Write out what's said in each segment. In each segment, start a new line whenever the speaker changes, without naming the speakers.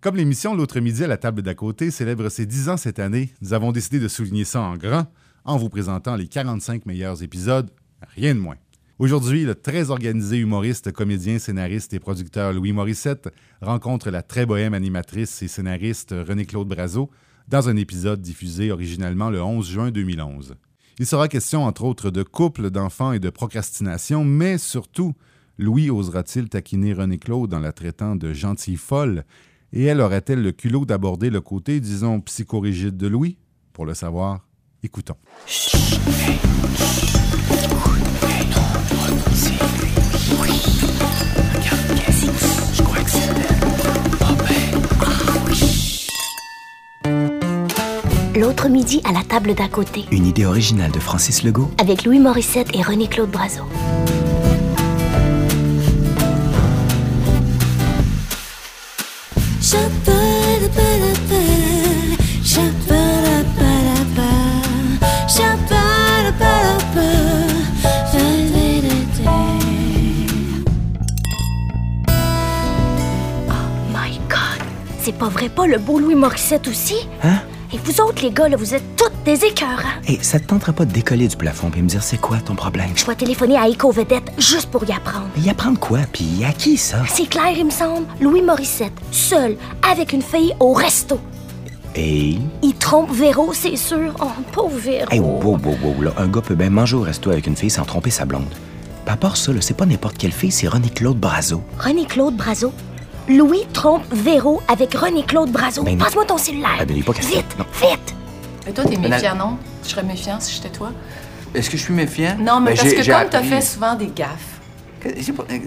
Comme l'émission L'autre midi à la table d'à côté célèbre ses 10 ans cette année, nous avons décidé de souligner ça en grand en vous présentant les 45 meilleurs épisodes, rien de moins. Aujourd'hui, le très organisé humoriste, comédien, scénariste et producteur Louis Morissette rencontre la très bohème animatrice et scénariste René-Claude Brazo dans un épisode diffusé originalement le 11 juin 2011. Il sera question entre autres de couple, d'enfants et de procrastination, mais surtout, Louis osera-t-il taquiner René Claude en la traitant de gentille folle et elle aura-t-elle le culot d'aborder le côté, disons, psychorigide de Louis Pour le savoir, écoutons.
L'autre midi à la table d'à côté,
Une idée originale de Francis Legault.
avec Louis Morissette et René-Claude Brazo. My God! C'est pas vrai, pas le beau Louis Morissette aussi?
Hein?
Et vous autres, les gars, là, vous êtes toutes des écœurants!
Et ça te tenterait pas de décoller du plafond puis me dire c'est quoi ton problème?
Je vais téléphoner à Eco Vedette juste pour y apprendre.
Mais y apprendre quoi puis à qui ça?
C'est clair, il me semble, Louis Morissette, seul, avec une fille au resto.
Hey!
Il trompe Véro, c'est sûr. Oh, pauvre Véro.
Hey, wow, wow, wow, là, un gars peut bien manger au resto avec une fille sans tromper sa blonde. Pas à part ça, là, c'est pas n'importe quelle fille, c'est René-Claude Brazo.
René-Claude Brazo. Louis trompe Véro avec René-Claude Brazo.
Ben non.
Passe-moi ton cellulaire.
Ah, ben, il est pas question,
Vite,
non.
vite.
Mais toi, t'es
la-
méfiant, non? Je serais méfiant si j'étais toi.
Est-ce que je suis méfiant?
Non, mais
Ben,
parce
j'ai-
que
j'ai
comme t'as
appris-
fait souvent des gaffes,
Que- j'ai pas- euh,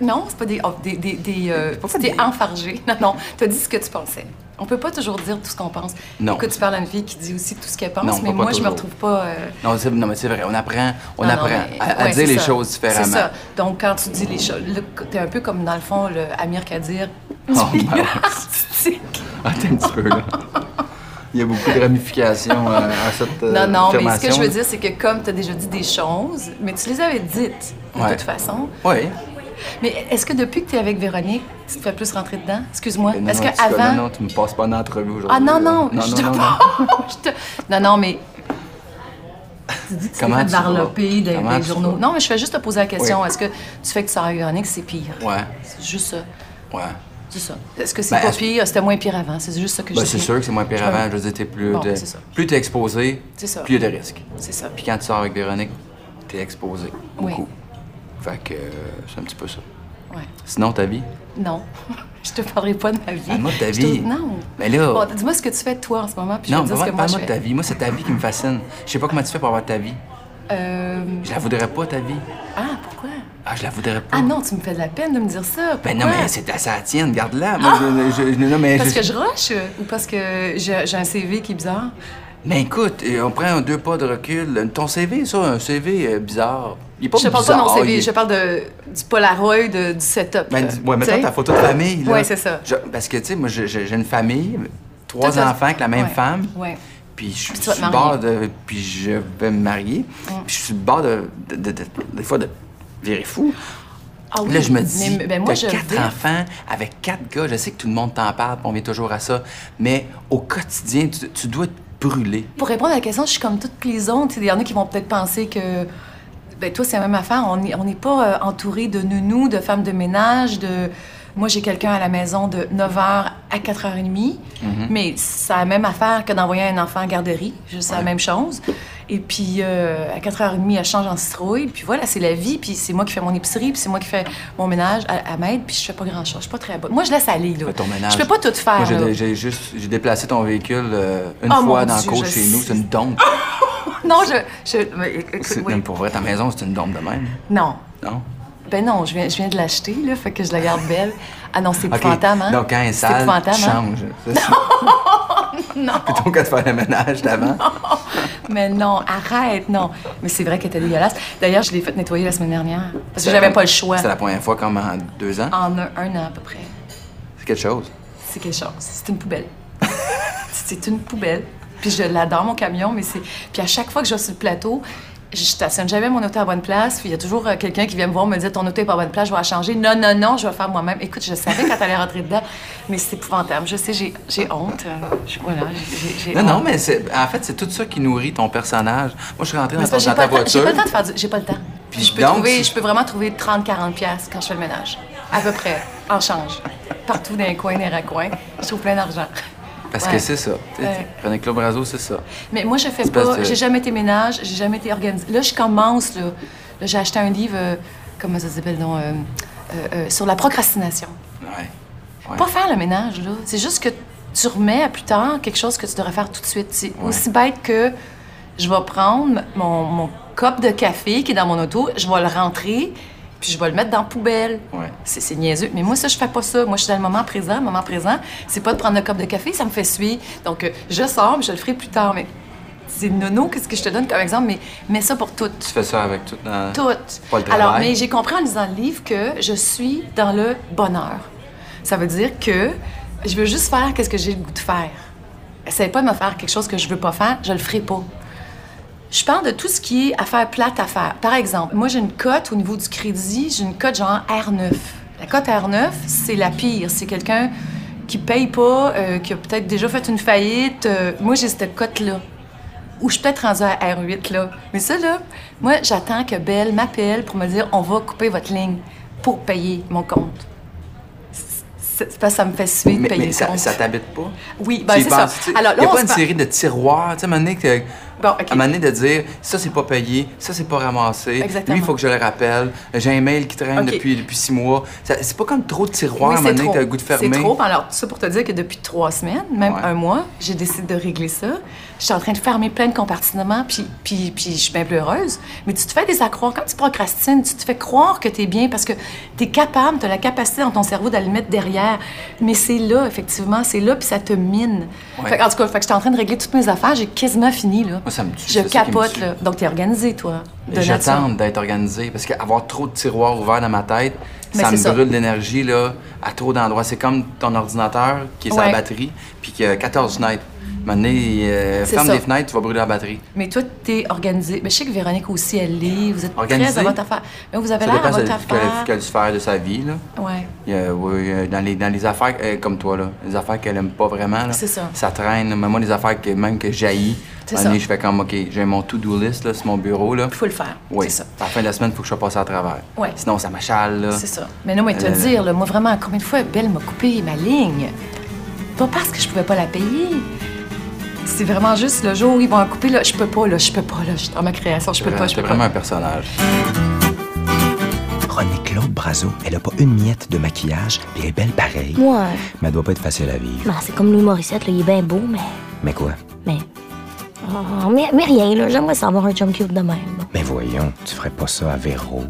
non, c'est pas des. oh, des, des, des, euh, des enfargés. Non, non, t'as dit ce que tu pensais. On peut pas toujours dire tout ce qu'on pense.
Non.
Écoute, tu parles à une fille qui dit aussi tout ce qu'elle pense,
Non, on peut
mais
pas
moi, je me
toujours.
retrouve pas. euh,
Non, c'est- non, mais c'est vrai, on apprend, on
Non, non,
apprend
mais-
à, à
ouais,
dire
c'est
les
ça.
choses différemment.
C'est ça. Donc, quand tu dis les choses, là, t'es un peu comme, dans le fond, le Amir Kadir.
Oh, ben ouais.
artistique.
Attends un petit peu, là. Il y a beaucoup de ramifications euh, à cette euh,
Non, non, mais ce que je
affirmation.
veux dire, c'est que comme tu as déjà dit des choses, mais tu les avais dites, de
Ouais.
toute façon.
Oui.
Mais est-ce que depuis que tu es avec Véronique, tu te fais plus rentrer dedans? Excuse-moi.
Mais non,
Est-ce
non, tu-
qu'avant.
Non, non, tu me passes pas d'entrevue aujourd'hui.
Ah non,
là.
non, je te
non, non.
parle. je te- Non, non, mais. Tu dis que tu t'es
Comment
fait
tu
varloper
vas?
des,
Comment
des
tu
journaux.
vas?
Non, mais je fais juste te poser la question. Est-ce que tu fais que tu sors avec Véronique, c'est pire?
Ouais,
C'est juste ça.
ouais.
C'est ça. Est-ce que c'est
Ben,
pas
est-ce-
pire? C'était moins pire avant. C'est juste ça que
Ben,
je
c'est
dis.
sûr que c'est moins
Je me-
pire avant. Je veux dire, t'es plus.
Bon,
de-
c'est ça.
Plus t'es exposé,
C'est ça.
plus il y a de risques.
C'est ça.
Puis quand tu sors avec Véronique, t'es exposé.
Oui.
Beaucoup. Fait que euh, c'est un petit peu ça.
Ouais.
Sinon, ta vie?
Non. je te parlerai pas de ma vie.
Parle-moi de ta
Je te-
vie.
Non.
Mais là-
Bon, dis-moi ce que tu fais de toi en ce moment, puis
non,
je vais te dire ce que
parle-
moi je
parle-moi
fais.
de ta vie. Moi, c'est ta vie qui me fascine. Je sais pas comment tu fais pour avoir ta vie.
Euh...
Je la voudrais pas, ta vie.
Ah, pourquoi?
Ah, je la voudrais pas.
Ah non, tu me fais de la peine de me dire ça.
Ben non,
Pourquoi?
mais c'est c'est la tienne, garde-la. Moi, je, je- je- non, mais
Ah! Parce
je-
que je rush euh, ou parce que j'ai j'ai un CV qui est bizarre?
Mais écoute, euh, on prend un deux pas de recul. Ton CV, ça, un CV euh, bizarre. Il est pas
Je te parle pas
bizarre,
de mon
il
CV,
est-
je parle de, du Polaroid, euh, du setup.
Ben,
euh,
dis- ouais, mettons
t'sais.
ta photo de famille, là.
Ouais, c'est ça.
Je- parce que, tu sais, moi, je- je- j'ai une famille, trois
Toi, t'as-
enfants avec la même
ouais,
femme.
ouais.
Puis je suis
tu vas te
sur
marier.
le
Mm.
bord de. Puis je vais me marier. Puis je suis sur le bord de, de- de- de- Des fois, de virer fou.
Ah oui,
Là, je me dis,
mais- ben, moi, je
t'as quatre
vais-
enfants avec quatre gars. Je sais que tout le monde t'en parle, puis on vient toujours à ça. Mais au quotidien, tu, tu dois te brûler.
Pour répondre à la question, je suis comme toutes les autres. Il y en a qui vont peut-être penser que. Ben, toi, c'est la même affaire. On n'est on n'est pas euh, entouré de nounous, de femmes de ménage, de. Moi, j'ai quelqu'un à la maison de 9h à 4h30,
Mm-hmm.
mais c'est la même affaire que d'envoyer un enfant en garderie. Je- C'est la même chose. Et puis, euh, à 4h30, elle change en citrouille. Puis voilà, c'est la vie. Puis c'est moi qui fais mon épicerie, puis c'est moi qui fais mon ménage à, à m'aide. Puis je fais pas grand-chose. Je suis pas très bonne. Moi, je laisse aller, là.
Fais ton ménage.
Je peux pas tout faire,
Moi, j'ai-
là.
j'ai juste. J'ai déplacé ton véhicule euh, une
Oh,
fois
mon
dans la
Dieu,
côte
je
chez nous.
sais.
C'est une dompe.
Non, je... je- mais, écoute,
C'est-
oui.
Même pour vrai, ta maison, c'est une dompe de même.
Non.
Non?
Ben non, je viens, je viens de l'acheter, là, fait que je la garde belle. Ah non, c'est
OK.
épouvantable, hein?
Donc, quand elle est
C'est
sale, tu
épouvantable, hein?
changes. Non! Plutôt que de faire le ménage d'avant.
Mais non, arrête, non. Mais c'est vrai qu'elle était dégueulasse. D'ailleurs, je l'ai faite nettoyer la semaine dernière, parce que j'avais pas le choix. Ah.
C'est la première fois comme en deux ans.
En un, un an, à peu près.
C'est quelque chose.
C'est quelque chose. C'est une poubelle. c'est une poubelle. Puis je l'adore, mon camion, mais c'est... Puis à chaque fois que je vais sur le plateau, je stationne jamais mon auto à bonne place. Puis il y a toujours euh, quelqu'un qui vient me voir me dire ton auto est pas à bonne place, je vais la changer. Non, non, non, je vais le faire moi-même. Écoute, je savais quand t'allais rentrer dedans, mais c'est épouvantable. Je sais, j'ai j'ai honte. euh, je- voilà, j'ai- j'ai j'ai
Non,
honte.
non, mais c'est- en fait, c'est tout ça qui nourrit ton personnage. Moi, je suis rentré dans,
Mais c'est parce que
dans
j'ai pas,
ta
le temps- j'ai
voiture.
pas le temps de faire du... J'ai pas le temps. Puis je peux,
donc,
trouver,
si-
je peux vraiment trouver 30-40 pièces quand je fais le ménage. À peu près, en change. Partout dans les coins, dans les coins. Je trouve plein d'argent.
Parce
Ouais.
que c'est ça. Tu sais,
Ouais.
René Claude Brazo, c'est ça.
Mais moi, je fais
Espèce
pas.
de-
J'ai jamais été ménage, j'ai jamais été organisée. Là, je commence. Là, Là, j'ai acheté un livre, euh, comment ça s'appelle donc, euh, euh, euh, sur la procrastination.
Ouais. Ouais.
Pas faire le ménage, là. C'est juste que tu remets à plus tard quelque chose que tu devrais faire tout de suite. C'est aussi bête que je vais prendre mon, mon cop de café qui est dans mon auto, je vais le rentrer, puis je vais le mettre dans la poubelle.
Ouais.
C'est, c'est niaiseux. Mais moi, ça, je fais pas ça. Moi, je suis dans le moment présent. Le moment présent, c'est pas de prendre le cop de café, ça me fait suer. Donc, euh, je sors, mais je le ferai plus tard. Mais c'est nono, qu'est-ce que je te donne comme exemple? Mais, mais ça pour toutes.
Tu fais ça avec tout dans...
Toutes.
Pas le travail.
Alors, mais j'ai compris en lisant le livre que je suis dans le bonheur. Ça veut dire que je veux juste faire quest ce que j'ai le goût de faire. Essayez pas de me faire quelque chose que je veux pas faire, je le ferai pas. Je parle de tout ce qui est affaire plate à faire. Par exemple, moi, j'ai une cote au niveau du crédit, j'ai une cote genre R9. La cote R9, c'est la pire. C'est quelqu'un qui paye pas, euh, qui a peut-être déjà fait une faillite. Euh, moi, j'ai cette cote-là. Ou je suis peut-être rendue à R8, là. Mais ça, là, moi, j'attends que Belle m'appelle pour me dire on va couper votre ligne pour payer mon compte. C'est c'est parce que ça me fait suer de
Mais,
payer
mais
le
ça,
compte.
ça t'habite pas?
Oui, ben,
Tu y
c'est ça.
penses, tu sais,
Alors, là,
y a
on
pas
se
une
par-
série de tiroirs, tu sais, à un moment donné que-
Bon, OK.
à un moment donné de dire, ça, c'est pas payé, ça, c'est pas ramassé,
Exactement.
lui, il faut que je le rappelle, j'ai un mail qui traîne
OK.
depuis, depuis six mois. Ça- C'est pas comme trop de tiroirs,
Oui,
à
c'est
un moment donné,
trop.
que t'as le goût de fermer.
C'est trop. Alors, tout ça pour te dire que depuis trois semaines, même
Ouais.
un mois, j'ai décidé de régler ça. Je suis en train de fermer plein de compartiments, puis, puis, puis je suis bien plus heureuse. Mais tu te fais des accrocs. Quand tu procrastines, tu te fais croire que tu es bien parce que tu es capable, tu as la capacité dans ton cerveau d'aller le mettre derrière. Mais c'est là, effectivement, c'est là, puis ça te mine.
Ouais.
Fait que, en tout cas, fait que je suis en train de régler toutes mes affaires. J'ai quasiment fini, là.
Moi, ça me tue,
Je
c'est ça qui me
capote,
tue.
là. Donc, tu es organisée, toi.
Mais
de nature.
J'attends d'être organisé parce qu'avoir trop de tiroirs ouverts dans ma tête,
Mais
ça
c'est
me
ça.
brûle d'énergie là, à trop d'endroits. C'est comme ton ordinateur qui est sans
Ouais.
batterie puis qui a 14 fenêtres. Maintenant, euh,
C'est
ferme
ça.
des fenêtres, tu vas brûler la batterie.
Mais toi, t'es organisée. Mais je sais que Véronique aussi, elle l'est. Vous êtes très
Organisée?
à votre affaire. Mais vous avez
Ça
l'air à
dépend de
votre
quelle,
affaire.
quelle sphère de sa vie. Là.
Ouais.
Il y a- oui, euh, dans, les, dans les affaires euh, comme toi, là, les affaires qu'elle aime pas vraiment, là,
C'est ça.
traîne. là. Mais moi, les affaires que, même que jaillit,
C'est ça.
je fais comme, OK, j'ai mon to-do list là, sur mon bureau. Là.
Il faut le faire.
Oui,
C'est ça.
à la fin de la semaine, il faut que je sois passé à travers.
Ouais.
Sinon, ça m'achale. là.
C'est ça. Mais non, mais te
Euh,
dire, là, moi vraiment, combien de fois Belle m'a coupé ma ligne? Pas parce que je pouvais pas la payer. C'est vraiment juste le jour où ils vont la couper, là, je peux pas, là, je peux pas, là, je suis dans ma création, je peux pas, je
T'es
peux
vraiment
pas.
un personnage.
René-Claude Brazo, elle a pas une miette de maquillage, puis elle est belle pareil.
Moi,
Mais elle doit pas être facile à vivre.
ben, c'est comme Louis Morissette, là, il est bien beau, mais.
Mais quoi?
Mais. Oh, mais, mais rien, là. J'aimerais ça avoir un jump cube de même.
Mais voyons, tu ferais pas ça à Véro.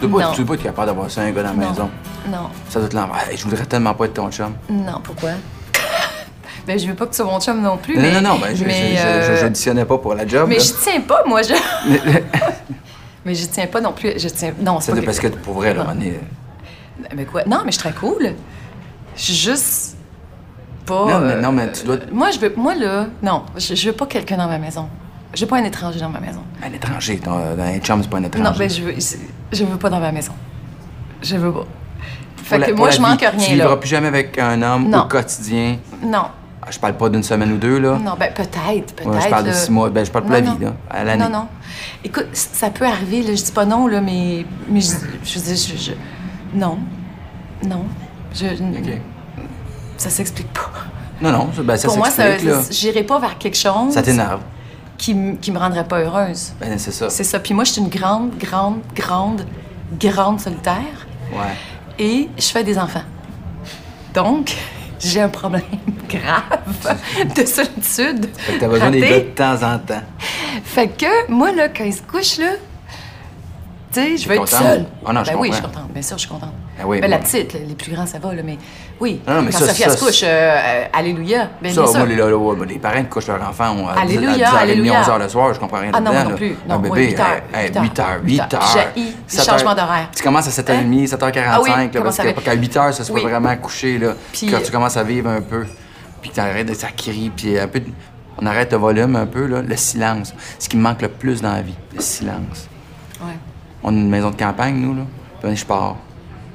Tu dois,
Non.
pas, tu dois pas être capable d'avoir ça un gars dans la
Non.
maison.
Non,
Ça doit te l'envers. Hey, je voudrais tellement pas être ton chum.
non, pourquoi? ben, je veux pas que tu sois mon chum non plus.
Non,
mais,
non, non, ben, je- je-
mais,
je- je
euh,
j'auditionnais pas pour la job.
Mais
là.
je tiens pas, moi, je. mais je tiens pas non plus. Je tiens. Non, c'est
Ça
pas
doit
que-
parce que pour vrai, là,
Ouais.
on est-
Mais quoi? Non, mais je suis très cool. Je suis juste pas.
Non, mais-
euh,
non, mais tu dois-
moi, je veux. Moi, là, non, je, je veux pas quelqu'un dans ma maison. Je veux pas un étranger dans ma maison.
un étranger. ton- euh, un chum, c'est pas un étranger.
Non, mais je veux. Je veux pas dans ma maison. Je veux pas. Fait
Pour la-
que
pour
moi,
la
je
vie,
manque
Tu
rien,
vivras
là.
plus jamais avec un homme
Non.
au quotidien.
Non.
Ah, Je parle pas d'une semaine ou deux, là.
Non, ben peut-être, peut-être.
Ouais, je parle de
là.
six mois. Ben, je parle pour
Non,
la
non.
vie, là, à l'année.
Non, non. Écoute, c- ça peut arriver, là, je dis pas non, là, mais, mais je, je veux dire, je, je- Non. Non. Je,
OK.
Ça s'explique pas.
Non, non, ça- ben, ça
Pour moi, ça,
s'explique, là.
ça- j'irai pas vers quelque chose
Ça t'énerve.
qui, m- qui me rendrait pas heureuse.
Ben, c'est ça.
C'est ça. Puis moi, je suis une grande, grande, grande, grande solitaire
Ouais.
et je fais des enfants. Donc, j'ai un problème grave de solitude.
Fait que t'as besoin des
ratée.
gars de temps en temps.
Fait que moi, là, quand ils se couchent, là, tu sais, je vais être
contente.
seule.
Ah non, je
ben oui, je
comprends.
suis contente. Bien sûr, je suis contente.
Ah oui,
ben, la
moi-
petite, là, les plus grands, ça va, là, mais oui.
Non, non, mais
quand
ça,
Sophie,
ça,
elle se couche, euh, euh, alléluia. Ben,
Ça,
bien sûr.
moi, les, là, là, ouais, ben, les parents qui couchent leurs enfants on- à 10
Alléluia,
à 10h30,
alléluia.
11h le soir, je comprends rien
Ah non,
dedans.
moi non
là.
plus.
Un
Non, moi,
bébé,
8 heures,
hey, hey,
8 heures,
8 heures,
8
8
heures.
heures.
J'ai hi,
7
changement
heures.
d'horaire.
Tu commences à 7h30, 7h45,
Ah oui,
là,
comment
parce
ça
que
va
pour
être?
qu'à 8 heures, ça soit
Oui.
vraiment couché, là,
Puis-
quand tu commences à vivre un peu, puis que t'arrêtes de ça crie, puis un peu de- On arrête le volume un peu, là. Le silence. Ce qui me manque le plus dans la vie, le silence.
Ouais.
On a une maison de campagne, nous, là. Puis je pars.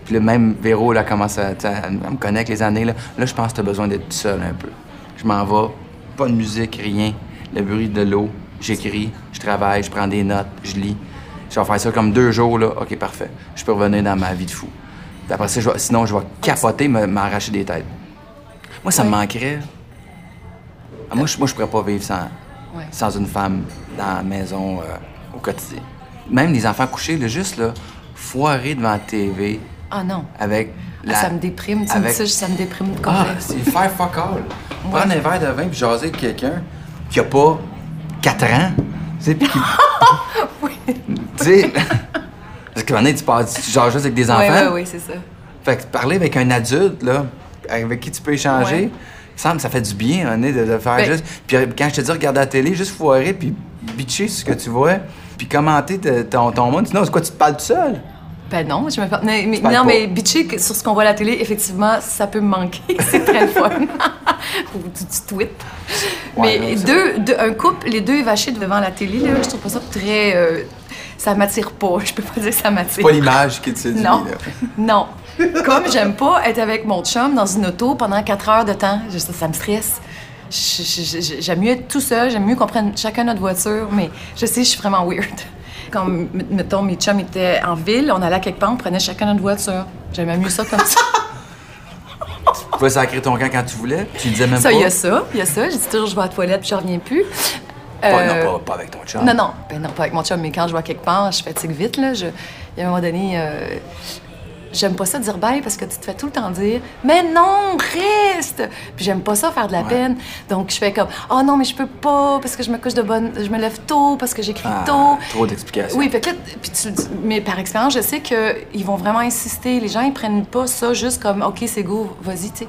Puis le même Véro, là, commence à, tu sais, à me connaître les années, là. Là, je pense que t'as besoin d'être tout seul un peu. Je m'en vais. Pas de musique, rien. Le bruit de l'eau. J'écris, je travaille, je prends des notes, je lis. Je vais faire ça comme deux jours, là. OK, parfait. Je peux revenir dans ma vie de fou. Puis après ça, je vais- sinon, je vais capoter, me- m'arracher des têtes. Moi, ça me
Ouais.
manquerait. Ah, Moi, je, moi, je pourrais pas vivre sans,
Ouais.
sans une femme dans la maison euh, au quotidien. Même les enfants couchés, là, juste là, foirés devant la TV
Ah non.
avec la...
Ah, ça me déprime. Tu me
avec-
dis ça, ça me déprime
Ah,
complet.
c'est faire fuck all. Prendre un verre de vin puis jaser avec quelqu'un qui a pas 4 ans. Tu sais, puis qui... Tu sais... Parce qu'à un moment donné, tu, passes, tu jases juste avec des enfants.
Ouais, ouais, ouais, c'est ça.
Fait que parler avec un adulte, là, avec qui tu peux échanger,
Ouais.
ça me semble ça fait du bien, hein, de, de faire
Ben-
juste. Puis euh, quand je te dis regarder la télé, juste foirer, puis bitcher sur ce que tu vois, puis commenter te- ton, ton monde. Sinon, c'est quoi, tu te parles tout seul?
Ben non, je me parle. Mais, mais-
parles
non,
pas.
mais bitcher que- sur ce qu'on voit à la télé, effectivement, ça peut me manquer. C'est très le fun. Ou du, du tweet.
Ouais,
mais
non, ça-
deux, deux- un couple, les deux évachés devant la télé, là, je trouve pas ça très. euh, ça m'attire pas. Je peux pas dire que ça m'attire.
Pas l'image qui te séduit,
Non.
là.
Non. Comme j'aime pas être avec mon chum dans une auto pendant quatre heures de temps, je- ça, ça me stresse. Je- je- je- J'aime mieux être tout seul, j'aime mieux qu'on prenne chacun notre voiture, mais je sais, je suis vraiment weird. Quand, m- mettons, mes chums étaient en ville, on allait quelque part, on prenait chacun notre voiture. J'aimais mieux ça comme ça.
Tu pouvais sacrer ton camp quand tu voulais, puis tu le disais même
Ça,
pas.
il y a ça, il y a ça. J'ai dit toujours, je vais à la toilette, puis je reviens plus.
Pas-
Euh,
Non, pas, pas avec ton chum.
Non, non, ben non, pas avec mon chum, mais quand je vois quelque part, je fatigue vite, là. Je... Il y a un moment donné, euh, j'aime pas ça dire bye parce que tu te fais tout le temps dire Mais non, reste Puis j'aime pas ça faire de la peine. Donc je fais comme Oh non, mais je peux pas parce que je me couche de bonne. Je me lève tôt parce que j'écris
Ah,
tôt.
trop d'explications.
Oui, fait que là, puis tu le dis- mais par expérience, je sais qu'ils vont vraiment insister. Les gens, ils prennent pas ça juste comme OK, c'est go, vas-y, tu sais.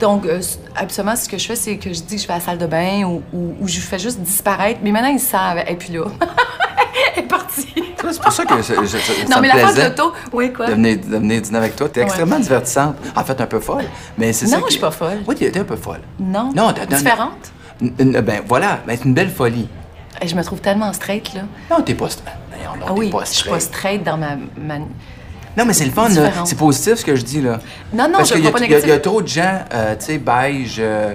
Donc, euh, s- absolument, ce que je fais, c'est que je dis que je vais à la salle de bain ou, ou- ou je fais juste disparaître. Mais maintenant, ils savent. Et puis là, elle est partie.
Ça, C'est pour ça que je- je- ça- ça
non, mais
me
la
plaisait
de l'auto, oui, quoi.
de venir, de venir dîner avec toi. T'es extrêmement divertissante. En fait, un peu folle, mais c'est ça
Non,
qui-
je suis pas folle.
Oui, t'es t'es un peu folle.
Non.
Non, t'as- t'as-
Différente.
N- n- Ben voilà, ben, c'est une belle folie.
Et je me trouve tellement straight, là.
Non, t'es pas straight. Non,
Ah oui,
t'es pas
je suis pas
straight.
straight
Ben.
dans ma. ma-
Non, mais c'est le fun, là.
Différent.
C'est positif, ce que je dis, là.
Non, non,
Parce
je
qu'il y,
le prends
a-
pas
il y a- il y a
négatif. Mm-hmm.
trop de gens, euh, tu sais, beige, euh,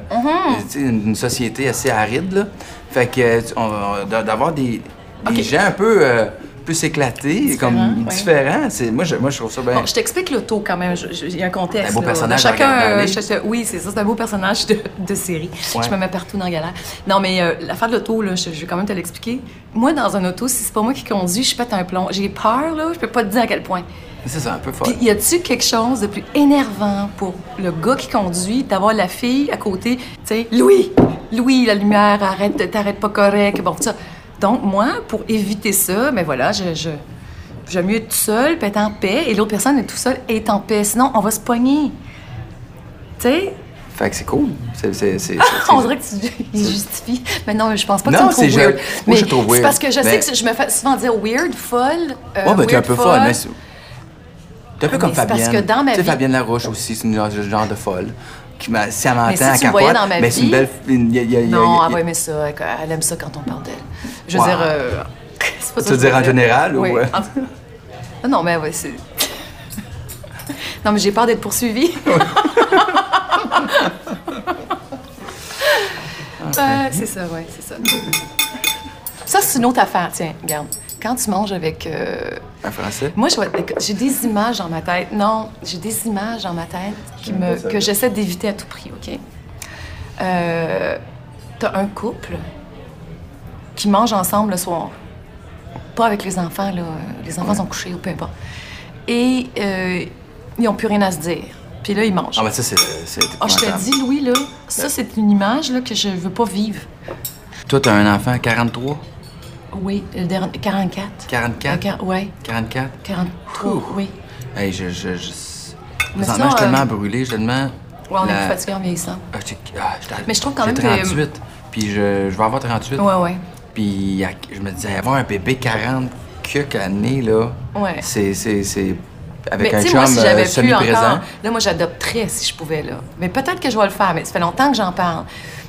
tu sais, une une société assez aride, là. Fait que euh, tu- on- on- d'a- d'avoir des, des gens un peu euh, plus éclatés, comme
ouais.
différents, c'est- moi je, moi, je trouve ça bien.
Bon, je t'explique l'auto quand même. Je- je- Il y a un contexte.
Un beau
là.
personnage à
Chacun.
regarder
euh,
aller.
je- je- oui, c'est ça. C'est un beau personnage de, de série.
Ouais.
Je me mets partout dans la galère. Non, mais euh, l'affaire de l'auto, là, je, je vais quand même te l'expliquer. Moi, dans un auto, si c'est pas moi qui conduis, je pète un plomb. J'ai peur, là. Je peux pas te dire à quel point.
Ça, c'est un peu fort.
Puis, y a-tu quelque chose de plus énervant pour le gars qui conduit d'avoir la fille à côté, tu sais, Louis, Louis, la lumière, arrête, t'arrêtes pas correct, bon, ça. Donc, moi, pour éviter ça, ben voilà, je. je J'aime mieux être tout seul, puis être en paix, et l'autre personne est tout seul et est en paix. Sinon, on va se pogner. Tu sais?
Fait que c'est cool. C'est- c'est- c'est- c'est-
Ah, On dirait que tu il justifie. Mais non, je pense pas que
Non,
tu me
c'est
trouves weird.
je- moi,
Mais
je te trouve
C'est
weird.
parce que je
Mais-
sais que je me fais souvent dire weird, folle. euh,
Ouais, ben t'es
weird,
un
Ah,
peu folle, mais c'est t'es un peu
Mais
comme
c'est parce
Fabienne.
que dans ma
Tu sais,
vie-
Fabienne Larouche aussi, c'est une genre, genre de folle. Qui m'a- si elle m'entend,
Mais si
elle
tu le voyais
capote,
dans ma
mais c'est
vie-
une belle. il y a- il y a- il y a- il y
Non,
a-
elle va aimer ça. Elle, elle aime ça quand on parle d'elle. Je veux
Wow.
dire. euh, c'est pas
Tu
ça
veux
que je
dire en général ou,
Oui,
euh?
en- Non, mais ouais, c'est. non, mais j'ai peur d'être poursuivie. Ouais, c'est ça, ouais, c'est ça. Ça, c'est une autre affaire. Tiens, regarde. Quand tu manges avec. euh,
En français.
moi, je vois- j'ai des images dans ma tête. Non, j'ai des images dans ma tête qui me- que j'essaie d'éviter à tout prix, OK? Euh, T'as un couple qui mange ensemble le soir. Pas avec les enfants, là. Les enfants sont couchés ou peu importe. Et euh, ils n'ont plus rien à se dire. Puis là, ils mangent.
Ah, ben ça, c'est. c'est
Ah, je te
épouvantable.
dis, Louis, là, ça, c'est une image là, que je veux pas vivre.
Toi, t'as un enfant, 43,
Oui, le dernier, 44.
44,
Euh, ouais,
44.
43,
Ouh.
oui.
Hey, je. je, je...
Mais sinon,
Présentement, je suis
euh,
tellement brûlé, je suis tellement.
Ouais, on est
la-
plus fatigué en vieillissant.
Ah, j'étais- ah, j'étais-
Mais je trouve quand même
j'ai
que-
38, puis je, je vais avoir 38.
Ouais, ouais.
Puis à- je me disais, avoir un bébé 40 quelques années, là,
Ouais.
c'est, c'est, c'est avec
Mais
un
tu sais,
chum
moi, si
euh,
j'avais pu
semi-présent.
encore, là, moi, j'adopterais si je pouvais, là. Mais peut-être que je vais le faire, mais ça fait longtemps que j'en parle.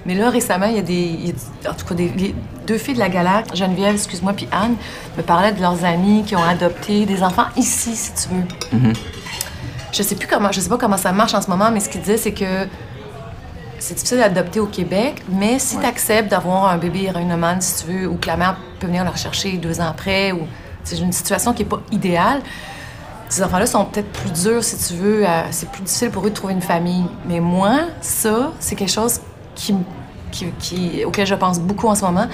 Mais là, récemment, il y a des. il y a- en tout cas, des, les deux filles de la galère, Geneviève, excuse-moi, puis Anne, me parlaient de leurs amis qui ont adopté des enfants ici, si tu veux.
Mm-hmm.
Je sais plus comment, je sais pas comment ça marche en ce moment, mais ce qu'ils disaient, c'est que c'est difficile d'adopter au Québec, mais si tu acceptes d'avoir un bébé héroïnomane, si tu veux, ou que la mère peut venir le rechercher deux ans après, ou c'est une situation qui n'est pas idéale, ces enfants-là sont peut-être plus durs, si tu veux, à- c'est plus difficile pour eux de trouver une famille. Mais moi, ça, c'est quelque chose qui, m- qui- qui- auquel je pense beaucoup en ce moment.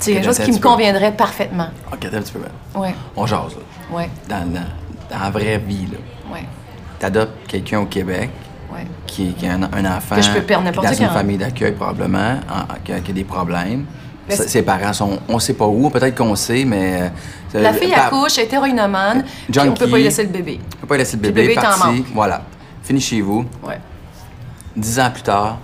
C'est quelque chose
attends,
qui me
tu peux-
conviendrait parfaitement.
Ok, attends un petit peu, man.
Ouais,
On jase, là.
ouais,
Dans, dans, dans la vraie vie, là.
ouais,
T'adoptes quelqu'un au Québec
ouais.
qui, qui a un, un enfant.
Que je peux perdre
qui est
n'importe
Dans
quand. hein.
une famille d'accueil, probablement, en- en- qui, a, qui a des problèmes.
Mais
Sa-
c'est-
ses parents sont. On sait pas où, peut-être qu'on sait, mais. euh,
La fille
par-
accouche, elle est héroïnomane, puis on peut
Junkie.
pas y laisser le bébé.
On peut pas laisser le
Puis le
bébé,
bébé est en
parti.
manque.
Voilà. Fini chez vous.
Ouais.
Dix ans plus tard,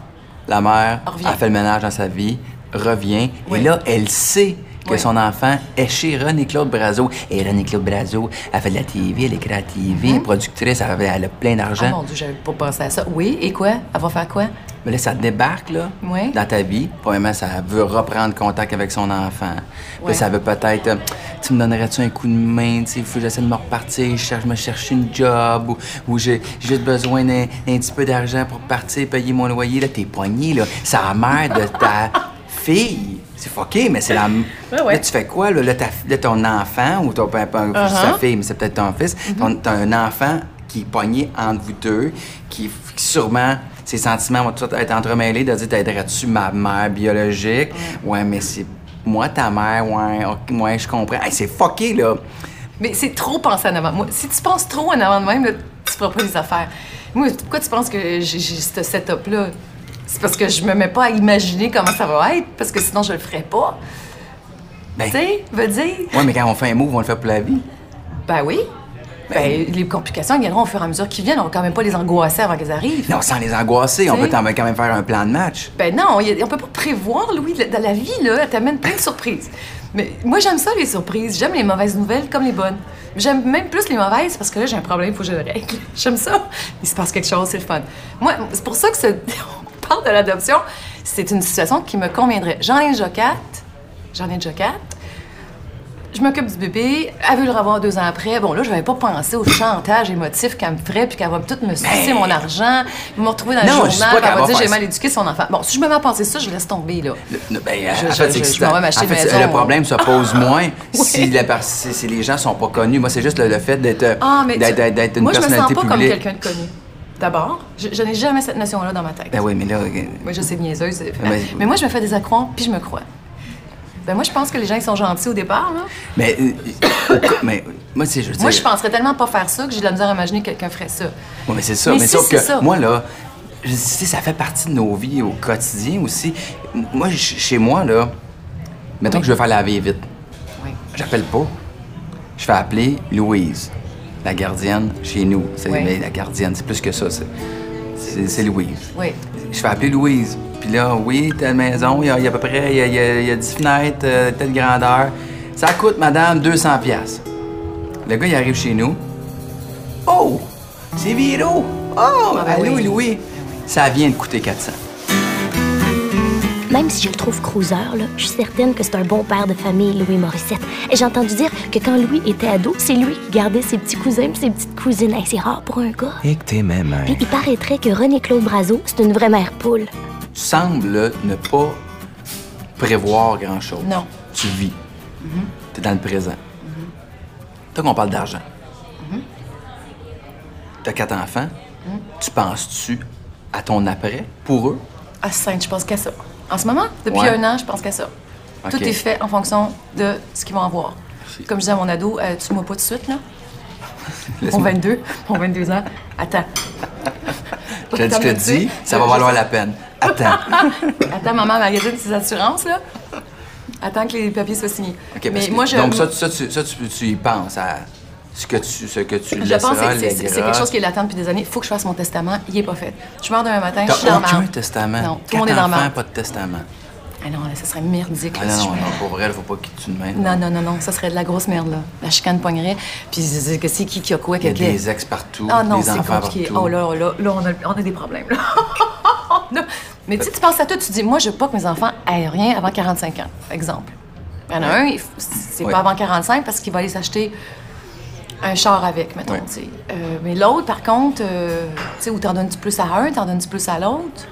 la mère
Revient.
a fait le ménage dans sa vie, revient,
Oui.
et là, elle sait que
Oui.
son enfant est chez René-Claude Brazo. Et René-Claude Brazo, elle fait de la TV, elle écrit à la TV, productrice, elle, avait- elle a plein
Ah
d'argent.
Mhm. mon Dieu, j'avais pas pensé à ça. Oui, et quoi? Elle va faire quoi?
Mais là, ça débarque, là,
Ouais.
dans ta vie. Probablement, ça veut reprendre contact avec son enfant. Puis
Ouais.
ça veut peut-être... euh, tu me donnerais-tu un coup de main? Tu sais, faut que j'essaie de me repartir. Je cherche, je me cherche une job ou, ou j'ai j'ai juste besoin d'un d'un petit peu d'argent pour partir, payer mon loyer. Là, t'es poigné, là. C'est la mère de ta fille. C'est fucké, mais c'est la...
Ouais, Uh-huh. ouais.
Là, tu fais quoi, là? Là, ta- là, ton enfant ou ton... peu importe, sa fille, mais c'est peut-être ton fils.
Mm-hmm.
Ton- T'as un enfant qui est pogné entre vous deux, qui, qui sûrement ses sentiments vont tout être entremêlés, de dire t'aiderais-tu ma mère biologique? Ouais, mais c'est moi ta mère, ouais, ok, ouais, je comprends. Hey, c'est fucké là!
Mais c'est trop penser en avant. Moi, si tu penses trop en avant de même, là, tu feras pas les affaires. Moi, pourquoi tu penses que j'ai j'ai ce setup-là? C'est parce que je me mets pas à imaginer comment ça va être, parce que sinon, je le ferais pas.
Ben,
Tu sais, veut dire.
ouais, mais quand on fait un move, on le fait pour la vie.
Ben oui. Ben, les complications, elles viendront au fur et à mesure qu'ils viennent. On va quand même pas les angoisser avant qu'elles arrivent.
Non, sans les angoisser, on
T'sais.
peut quand même- quand même faire un plan de match.
Ben non, y a- on peut pas prévoir, Louis. La- Dans la vie, là, elle t'amène plein de surprises. Mais moi, j'aime ça, les surprises. J'aime les mauvaises nouvelles comme les bonnes. J'aime même plus les mauvaises parce que là, j'ai un problème, il faut que je le règle. J'aime ça. Il se passe quelque chose, c'est le fun. Moi, c'est pour ça que ce- on parle de l'adoption. C'est une situation qui me conviendrait. J'en ai déjà quatre. J'en ai déjà quatre. Je m'occupe du bébé. Elle veut le revoir deux ans après. Bon, là, je n'avais pas pensé au chantage émotif qu'elle me ferait puis qu'elle va tout me sucer mon argent, me retrouver dans le
Non,
journal,
je dis
puis
pas
elle
qu'elle
va
va
dire j'ai
faire
mal
ça.
éduqué son enfant. Bon, si je me mets à penser ça, je laisse tomber, là.
Le-
Je-
Ben,
je-
en fait,
je-
c'est
je
excitant.
m'en vais m'acheter
En fait,
une
c'est-
maison.
le problème se pose moins si, la par- si- si les gens sont pas connus. Moi, c'est juste le, le fait d'être
Ah, mais tu-
d'être- d'être- d'être une
Moi, je me
personnalité
sens pas comme
publique.
quelqu'un de connu. D'abord, je, je n'ai jamais cette notion-là dans ma tête.
Ben oui, Ben mais là,
Moi, je sais niaiseuse. euh,
Mais-
mais moi, je me fais des accrocs, puis je me crois. Ben moi, je pense que les gens, ils sont gentils au départ, là.
Mais, euh, au co- mais moi, c'est, je veux
Moi,
dire-
je penserais tellement pas faire ça que j'ai de la misère à imaginer que quelqu'un ferait ça.
Ouais, mais c'est ça.
Mais
Mais,
si,
sauf
c'est
que
ça.
moi, là, je- tu sais, ça fait partie de nos vies au quotidien aussi. Moi, je- chez moi, là, mettons que je veux faire laver vite.
Oui.
J'appelle pas. Je fais appeler Louise, la gardienne chez nous. C'est
Ouais.
mais la gardienne, c'est plus que ça. c'est- C'est c'est Louise.
Oui.
Je fais appeler Louise. Puis là, oui, telle maison, il y, a- il y a à peu près il y a, il y a- il y a 10 fenêtres, euh, telle grandeur. Ça coûte, madame, 200 pièces. Le gars, il arrive chez nous. Oh! C'est Viro! Oh!
Ah, ben
allô,
oui.
Louis! Ça vient de coûter 400.
Même si je le trouve cruiser, là, je suis certaine que c'est un bon père de famille, Louis Morissette. Et j'ai entendu dire que quand Louis était ado, c'est lui qui gardait ses petits cousins pis ses petites cousines. Hey, c'est rare pour un gars.
Et que t'es même
Puis il paraîtrait que René-Claude Brazo, c'est une vraie mère poule.
Tu sembles là, ne pas prévoir grand-chose.
Non. Mm-hmm.
Tu vis. Tu es dans le présent. Tant qu'on parle d'argent,
Mm-hmm.
tu as quatre enfants. Tu penses-tu à ton après pour eux?
À Sainte, je pense qu'à ça. En ce moment, depuis
Ouais.
un an, je pense qu'à ça.
Ok.
Tout est fait en fonction de ce qu'ils vont avoir.
Merci.
Comme je disais à mon ado, euh, tu moi pas tout de suite, là. Mon
Laisse-moi-
22, mon 22 ans. Attends.
Je te le dis, ça va
Je-
valoir la peine. Attends.
Attends, maman magasine ses assurances, là. Attends que les papiers soient signés.
OK, parce
Mais
que-
moi, je.
Donc ça, tu- ça, tu, ça, tu, tu y penses à ce que tu, ce que tu
je pense que
laisseras,
c'est- c'est c'est quelque
légueras.
chose qui est latent depuis des années. Il faut que je fasse mon testament. Il n'est pas fait. Je meurs demain matin, je
T'as
suis dans la
aucun
merde.
testament.
Non, tout le monde est
Quatre
dans la
enfants,
merde.
pas de testament.
Ah non, là, ça serait merdique.
Ah
là,
non,
si
non,
je-
non, pour vrai, il faut pas qu'il te tue de même.
Non, non, non, non, ça serait de la grosse merde, là. La chicane pognerait, puis c'est- c'est- que c'est qui qui a quoi,
Il y a
quelqu'un.
des ex partout,
Ah non,
des
c'est
enfants
compliqué.
partout.
Oh là, oh là, là, on a, on a des problèmes, là. Non. Mais tu sais, tu penses à toi, tu dis, moi, je veux pas que mes enfants aient rien avant 45 ans, exemple. Il y en a un, il f- c'est
Ouais.
pas avant 45 parce qu'il va aller s'acheter un char avec, mettons,
Ouais.
tu sais. Euh, mais l'autre, par contre, euh, tu sais, où t'en donnes-tu plus à un, t'en donnes-tu plus à l'autre?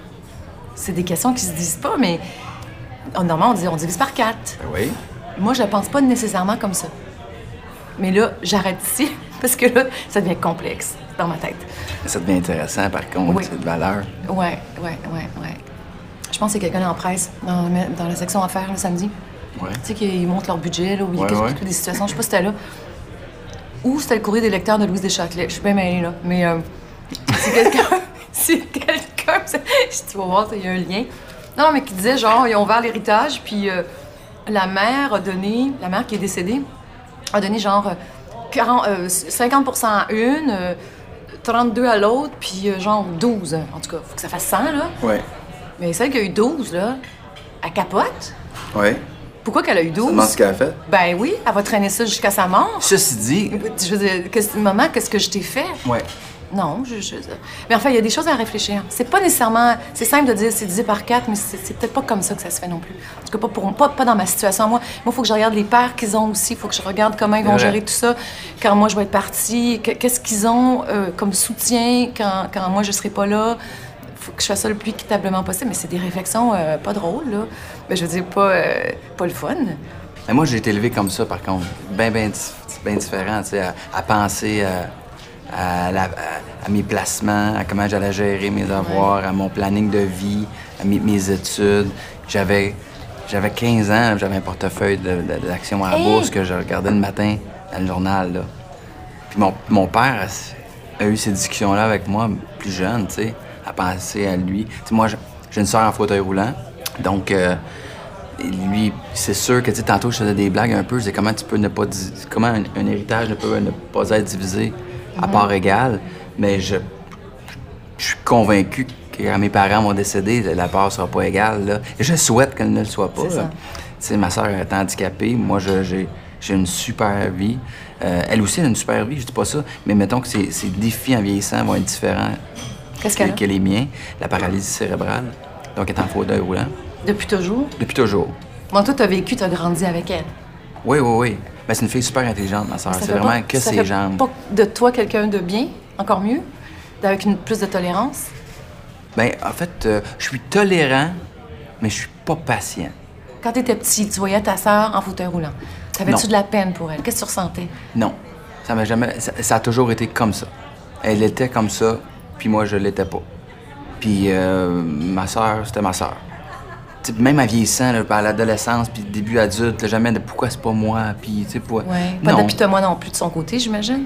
C'est des questions qui se disent pas, mais en- normalement, on, dit, on divise par quatre.
Ben oui.
Moi, je pense pas nécessairement comme ça. Mais là, j'arrête ici parce que là, ça devient complexe dans ma tête.
Ça devient intéressant, par contre,
Oui.
c'est de valeur.
Ouais, ouais, ouais, ouais. Je pense qu'il y a quelqu'un en presse, dans, la- dans la section affaires le samedi.
Ouais.
Tu sais, qu'ils montent leur budget, là, ou il y a
Ouais,
quelque-
ouais.
des situations, je sais pas si c'était là. Ou c'était le courrier des lecteurs de Louise Deschâtelet. Je suis bien mêlée, là. Mais euh, si quelqu'un. si quelqu'un. si tu vas voir, il y a un lien. Non, mais qui disait, genre, ils ont ouvert l'héritage, puis euh, la mère a donné. La mère qui est décédée a donné, genre, euh, 40, euh, 50 à une, euh, 32 à l'autre, puis euh, genre 12. En tout cas, faut que ça fasse 100, là.
Ouais.
Mais celle qui a eu 12, là, elle capote.
Ouais.
Pourquoi qu'elle a eu 12?
Demande ce qu'elle a fait.
Ben oui, elle va traîner ça jusqu'à sa mort.
Ceci dit.
Je veux dire, qu'est-ce- maman, qu'est-ce que je t'ai fait?
Ouais.
Non, je, je- Mais enfin, il y a des choses à réfléchir. C'est pas nécessairement. C'est simple de dire c'est divisé par quatre, mais c'est c'est peut-être pas comme ça que ça se fait non plus. En tout cas, pas, pour, pas, pas dans ma situation. Moi, moi, faut que je regarde les pères qu'ils ont aussi. faut que je regarde comment ils vont
Ouais.
gérer tout ça quand moi je vais être partie. que- Qu'est-ce qu'ils ont euh, comme soutien quand, quand moi je serai pas là. Faut que je fasse ça le plus équitablement possible. Mais c'est des réflexions euh, pas drôles, là. Ben, je veux dire, pas, euh, pas le fun.
Mais ben, moi, j'ai été élevé comme ça, par contre. Ben, Bien, bien, différent, tu sais, à, à penser euh, à, la- à- à mes placements, à comment j'allais gérer mes avoirs, à mon planning de vie, à mes, mes études. J'avais, j'avais 15 ans, j'avais un portefeuille de- de- d'actions à la
Hey!
bourse que je regardais le matin dans le journal, là. Puis mon, mon père a, a eu ces discussions-là avec moi plus jeune, tu sais, à penser à lui. Tu sais, moi, j'- j'ai une soeur en fauteuil roulant, donc euh, lui, c'est sûr que, tu sais, tantôt, je faisais des blagues un peu, je disais comment tu peux ne pas... di- Comment un, un héritage ne peut ne pas être divisé à part égale, mais je... Je suis convaincu que quand mes parents vont décéder, la part sera pas égale. Là. Et je souhaite qu'elle ne le soit pas.
C'est
là.
ça.
Tu sais, ma soeur est handicapée. Moi, je- j'ai j'ai une super vie. Euh, elle aussi, elle a une super vie, je dis pas ça. Mais mettons que ses, ses défis en vieillissant vont être différents
Qu'est-ce
que,
qu'elle a?
que les miens. La paralysie cérébrale, donc elle est en fauteuil roulant,
Depuis toujours.
depuis toujours.
Bon, toi, t'as vécu, t'as grandi avec elle.
Oui, oui, oui. Ben, c'est une fille super intelligente, ma soeur.
Ça
Ah, C'est
fait
vraiment
pas-
que
ça
ses
fait
jambes.
Pas de toi quelqu'un de bien, encore mieux, avec une plus de tolérance.
Ben, en fait, euh, je suis tolérant, mais je suis pas patient.
Quand t'étais petit, tu voyais ta sœur en fauteuil roulant. T'avais-tu
Non.
de la peine pour elle? Qu'est-ce que tu ressentais?
Non, ça m'a jamais. Ça, ça a toujours été comme ça. Elle était comme ça, puis moi je l'étais pas. Puis euh, ma sœur, c'était ma sœur. Tu sais, Même à vieillissant, là, à l'adolescence, puis début adulte, là, jamais de pourquoi c'est pas moi, puis tu sais pourquoi.
Ouais. Pas
non,
d'apitement non plus de son côté, j'imagine.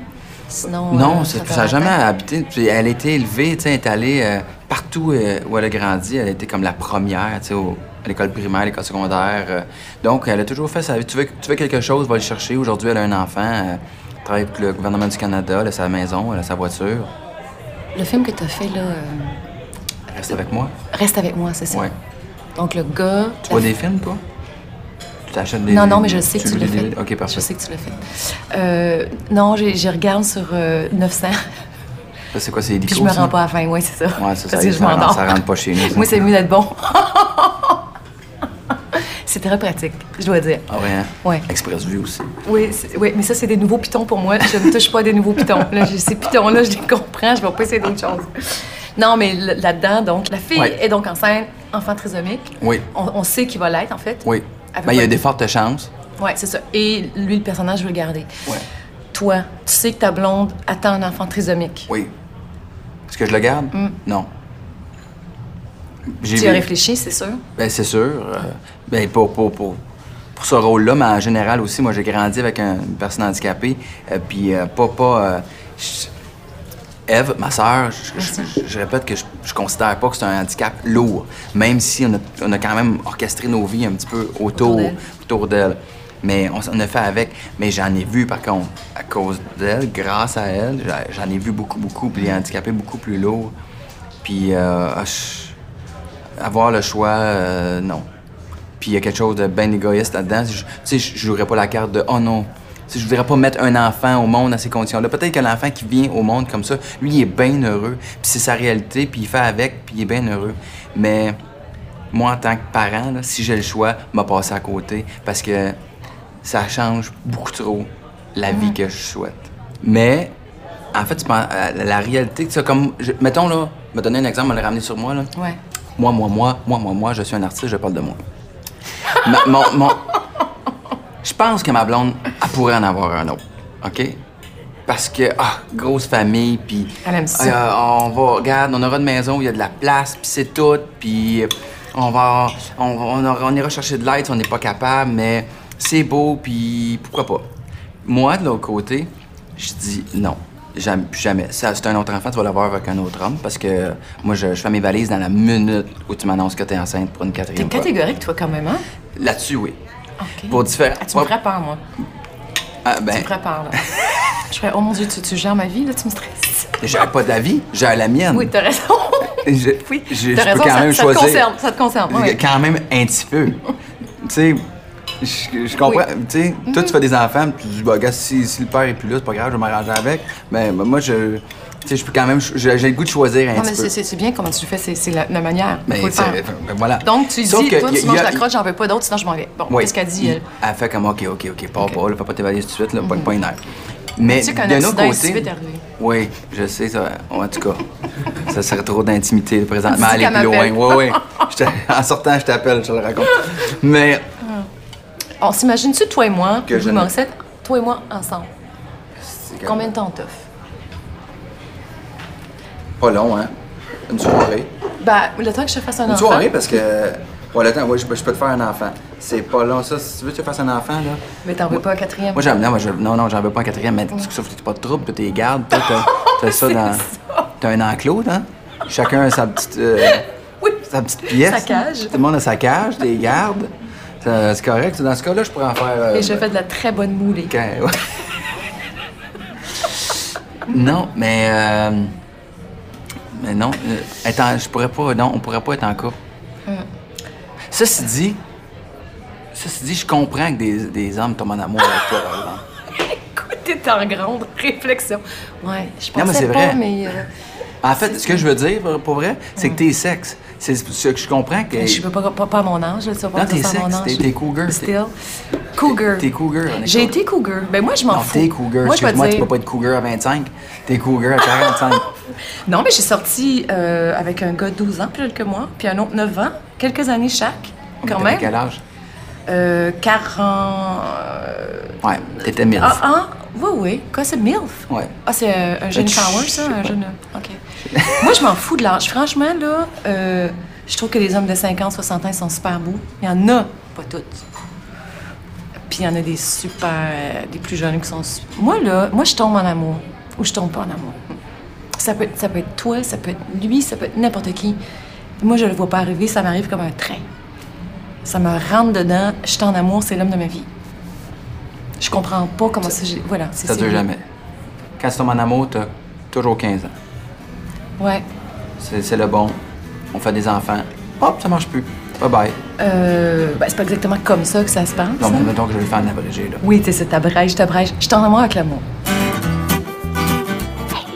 Sinon.
non,
euh,
c'est-
te
ça n'a jamais
rattrape.
habité. Puis elle a été élevée, tu sais, elle est allée euh, partout euh, où elle a grandi. Elle a été comme la première, tu sais, au- à l'école primaire, à l'école secondaire. euh. donc, elle a toujours fait sa vie. Tu veux, tu veux quelque chose, va le chercher. Aujourd'hui, elle a un enfant. euh, travaille avec le gouvernement du Canada, elle a sa maison, elle a sa voiture.
Le film que t'as fait, là, euh,
Elle reste avec moi.
Reste avec moi, c'est ça?
Ouais.
Donc, le gars.
Tu vois des films, toi? Tu t'achètes des.
Non, non, mais je sais que tu
loues
l'as
des
fait.
DVD? OK, parfait.
Je sais que tu l'as fait. Euh, non, j'ai- j'y regarde sur euh, 900.
Ça, c'est quoi, c'est des
Puis je me rends pas à la fin, oui, c'est ça.
Ouais, ça, ça,
Parce
ça,
que je m'endors.
rentre- ça rentre pas chez nous, ça.
Moi, c'est mieux d'être bon. c'est très pratique, je dois dire.
Ah, ouais, hein?
Ouais.
Express Vue aussi.
Oui, c'est- oui, mais ça, c'est des nouveaux pitons pour moi. Je ne touche pas à des nouveaux pitons. Là, j'ai- ces pitons-là, je les comprends. Je ne vais pas essayer d'autres choses. Non, mais l- là-dedans, donc, la fille
Ouais.
est donc enceinte, enfant trisomique.
Oui.
On, on sait qu'il va l'être, en fait.
Oui.
Avec
Ben, il y a
quoi-
des fortes chances.
Oui, c'est ça. Et lui, le personnage, je veux le garder.
Ouais.
Toi, tu sais que ta blonde attend un enfant trisomique.
Oui. Est-ce que je le garde? Non. J'ai
Mm. Tu as
vu-
réfléchi, c'est sûr.
Ben, c'est sûr. euh, ben, pour, pour, pour, pour ce rôle-là, mais en général aussi, moi, j'ai grandi avec un- une personne handicapée. euh, Puis, euh, pas. pas euh, je- Ève, ma sœur, je- je, je- je répète que je, je considère pas que c'est un handicap lourd, même si on a, on a quand même orchestré nos vies un petit peu autour,
Autour d'elle.
autour d'elle. Mais on, s- on a fait avec. Mais j'en ai vu, par contre, à cause d'elle, grâce à elle, j'a- j'en ai vu beaucoup, beaucoup, puis les handicapés beaucoup plus lourds. Puis, euh, ah, je- avoir le choix, euh, non. Puis, il y a quelque chose de bien égoïste là-dedans. Je- Tu sais, je je jouerais pas la carte de « Oh non ». Tu sais, Je voudrais pas mettre un enfant au monde à ces conditions-là. Peut-être que l'enfant qui vient au monde comme ça, lui, il est bien heureux. Puis c'est sa réalité, puis il fait avec, puis il est bien heureux. Mais moi, en tant que parent, là, si j'ai le choix, m'a passer à côté parce que ça change beaucoup trop la vie que je souhaite. Mais, en fait, tu penses à la- la réalité, tu sais, comme, je- mettons, là, me donner un exemple, me le ramener sur moi, là.
Ouais.
Moi, moi, moi, moi, moi, moi, je suis un artiste, je parle de moi. Ma- mon, mon- Je pense que ma blonde, elle pourrait en avoir un autre, OK? Parce que, ah, grosse famille, puis...
Elle aime ça.
euh, on va, regarde, on aura une maison où il y a de la place, puis c'est tout, puis euh, on va... On, on aura- on ira chercher de l'aide si on n'est pas capable, mais c'est beau, puis pourquoi pas? Moi, de l'autre côté, je dis non. Jamais. plus jamais. Ça, c'est un autre enfant, tu vas l'avoir avec un autre homme, parce que moi, je, je fais mes valises dans la minute où tu m'annonces que t'es enceinte pour une
T'es
quatrième fois.
catégorique, toi, quand même, hein?
Là-dessus, oui.
OK.
Pour différents...
Ah, tu me prépares, moi.
Ah, ben,
Tu me prépares, là. je fais, oh mon Dieu, tu, tu gères ma vie, là, tu me stresses.
J'ai pas d'avis, j'ai la mienne.
Oui, t'as raison.
Je,
oui,
je- je
t'as
peux
raison,
quand
ça-
même
ça te
choisir.
concerne, ça te concerne, ouais.
Quand même un petit peu. tu sais, je, je comprends.
Oui. Mhm.
Tu sais, toi, tu fais des enfants, puis tu dis, bah, gars, si, si le père est plus là, c'est pas grave, je vais m'arranger avec. Mais ben, moi, je. Tu sais, je peux quand même. cho- J'ai j'ai le goût de choisir un
Non, mais
petit peu.
c'est- c'est c'est bien comment tu le fais, c'est c'est la, la manière.
Mais
Faut le
tu sais,
faire.
ben, voilà.
Donc, tu
Sauf
dis,
que
toi,
y a-
tu manges
y a- Mm.
la crotte, j'en veux pas d'autre, sinon je m'en vais. Bon,
Oui.
qu'est-ce qu'elle dit, elle?
Elle fait comme, OK, OK, OK, pars
OK. Mhm.
pas, là, papa t'évaluer tout de suite, là, pogne pas une heure. Mais
Tu sais qu'un
d'un autre
accident est si
côté.
vite arrivé.
Oui, je sais, ça. En tout cas, ça serait trop d'intimité, le présent. Mais
Dis
aller
qu'elle
plus loin.
m'appelle.
Oui, oui. Je te- En sortant, je t'appelle, je te le raconte. Mais.
On s'imagine-tu, toi et moi,
Que je
Louis
n'ai-
Morissette, toi et moi, ensemble?
c'est quand
Combien
même
de temps on t'offre?
Pas long, hein? Une soirée.
Ben, le temps que je te fasse un
Une
enfant.
soirée parce que. Ouais, le temps, ouais, je peux je peux te faire un enfant. C'est pas long, ça. Si tu veux que je te fasse un enfant, là.
Mais t'en veux pas un quatrième?
Moi, j'aime. Non, moi, je- non, non, j'en veux pas un quatrième, mais sauf que t'as pas de trouble, puis t'es garde, toi, t'as- t'as ça dans. T'as un enclos, hein? Chacun a sa petite. euh,
Oui.
sa petite pièce.
Sa cage.
Tout le monde a sa cage, t'es garde. Ça, C'est correct. Dans ce cas-là, je pourrais en faire. euh,
Et je fais de la très bonne moulée.
quand- ouais. non, mais. euh, mais non, euh, être en- je pourrais pas. Non, on pourrait pas être en couple.
Mm.
Ceci dit. Ceci dit, je comprends que des, des hommes tombent en amour avec toi, par exemple.
Écoute, t'es en grande réflexion. Ouais, je pensais
Non, mais c'est
pas,
vrai.
mais... euh,
En fait, ce que je veux dire, pour, pour vrai, c'est que t'es sexe. C'est ce que je comprends que.
Mm. Je peux pas, pas, pas à mon âge, là, tu vas pas
Non,
me dire
t'es
ça à
sexe,
mon âge.
t'es- t'es cougar, t'es-
Still. Cougar.
t'es cougar, on est
J'ai
cougar.
été cougar. Ben moi, je m'en
Non,
fous.
t'es cougar.
Moi, je vais
Excuse-moi, tu
dire...
peux pas être cougar à 25. T'es cougar à 45.
Non, mais j'ai sorti euh, avec un gars de 12 ans, plus jeune que moi, puis un autre 9 ans, quelques années chaque, quand
T'avais
même.
quel âge?
Euh, 40... euh,
Ouais, t'étais mille.
Ah, ah, oui, oui. Quoi, c'est MILF?
Ouais.
Ah, c'est euh, un jeune
tu-
power,
je
ça?
sais
Un
pas.
jeune... euh, OK. Moi, je m'en fous de l'âge. Franchement, là, euh, je trouve que les hommes de 50, 60 ans sont super beaux. Il y en a, pas toutes. Puis il y en a des super... euh, des plus jeunes qui sont... su- Moi, là, moi, je tombe en amour. Ou je tombe pas en amour. Ça peut, être- ça peut être toi, ça peut être lui, ça peut être n'importe qui. Moi, je le vois pas arriver, ça m'arrive comme un train. Ça me rentre dedans, je suis en amour, c'est l'homme de ma vie. Je comprends pas comment ça... j'ai- Voilà, c'est
Ça
c'est-
dure jamais. Quand tu tombes en amour, t'as toujours 15 ans.
Ouais.
C'est c'est le bon. On fait des enfants. Hop, ça marche plus. Bye bye.
Euh, ben, c'est pas exactement comme ça que ça se passe.
Non, mais
hein.
mettons que je vais le faire en abrégé, là.
Oui, tu sais, c'est ta brèche, ta brèche. Je t'en amour avec l'amour.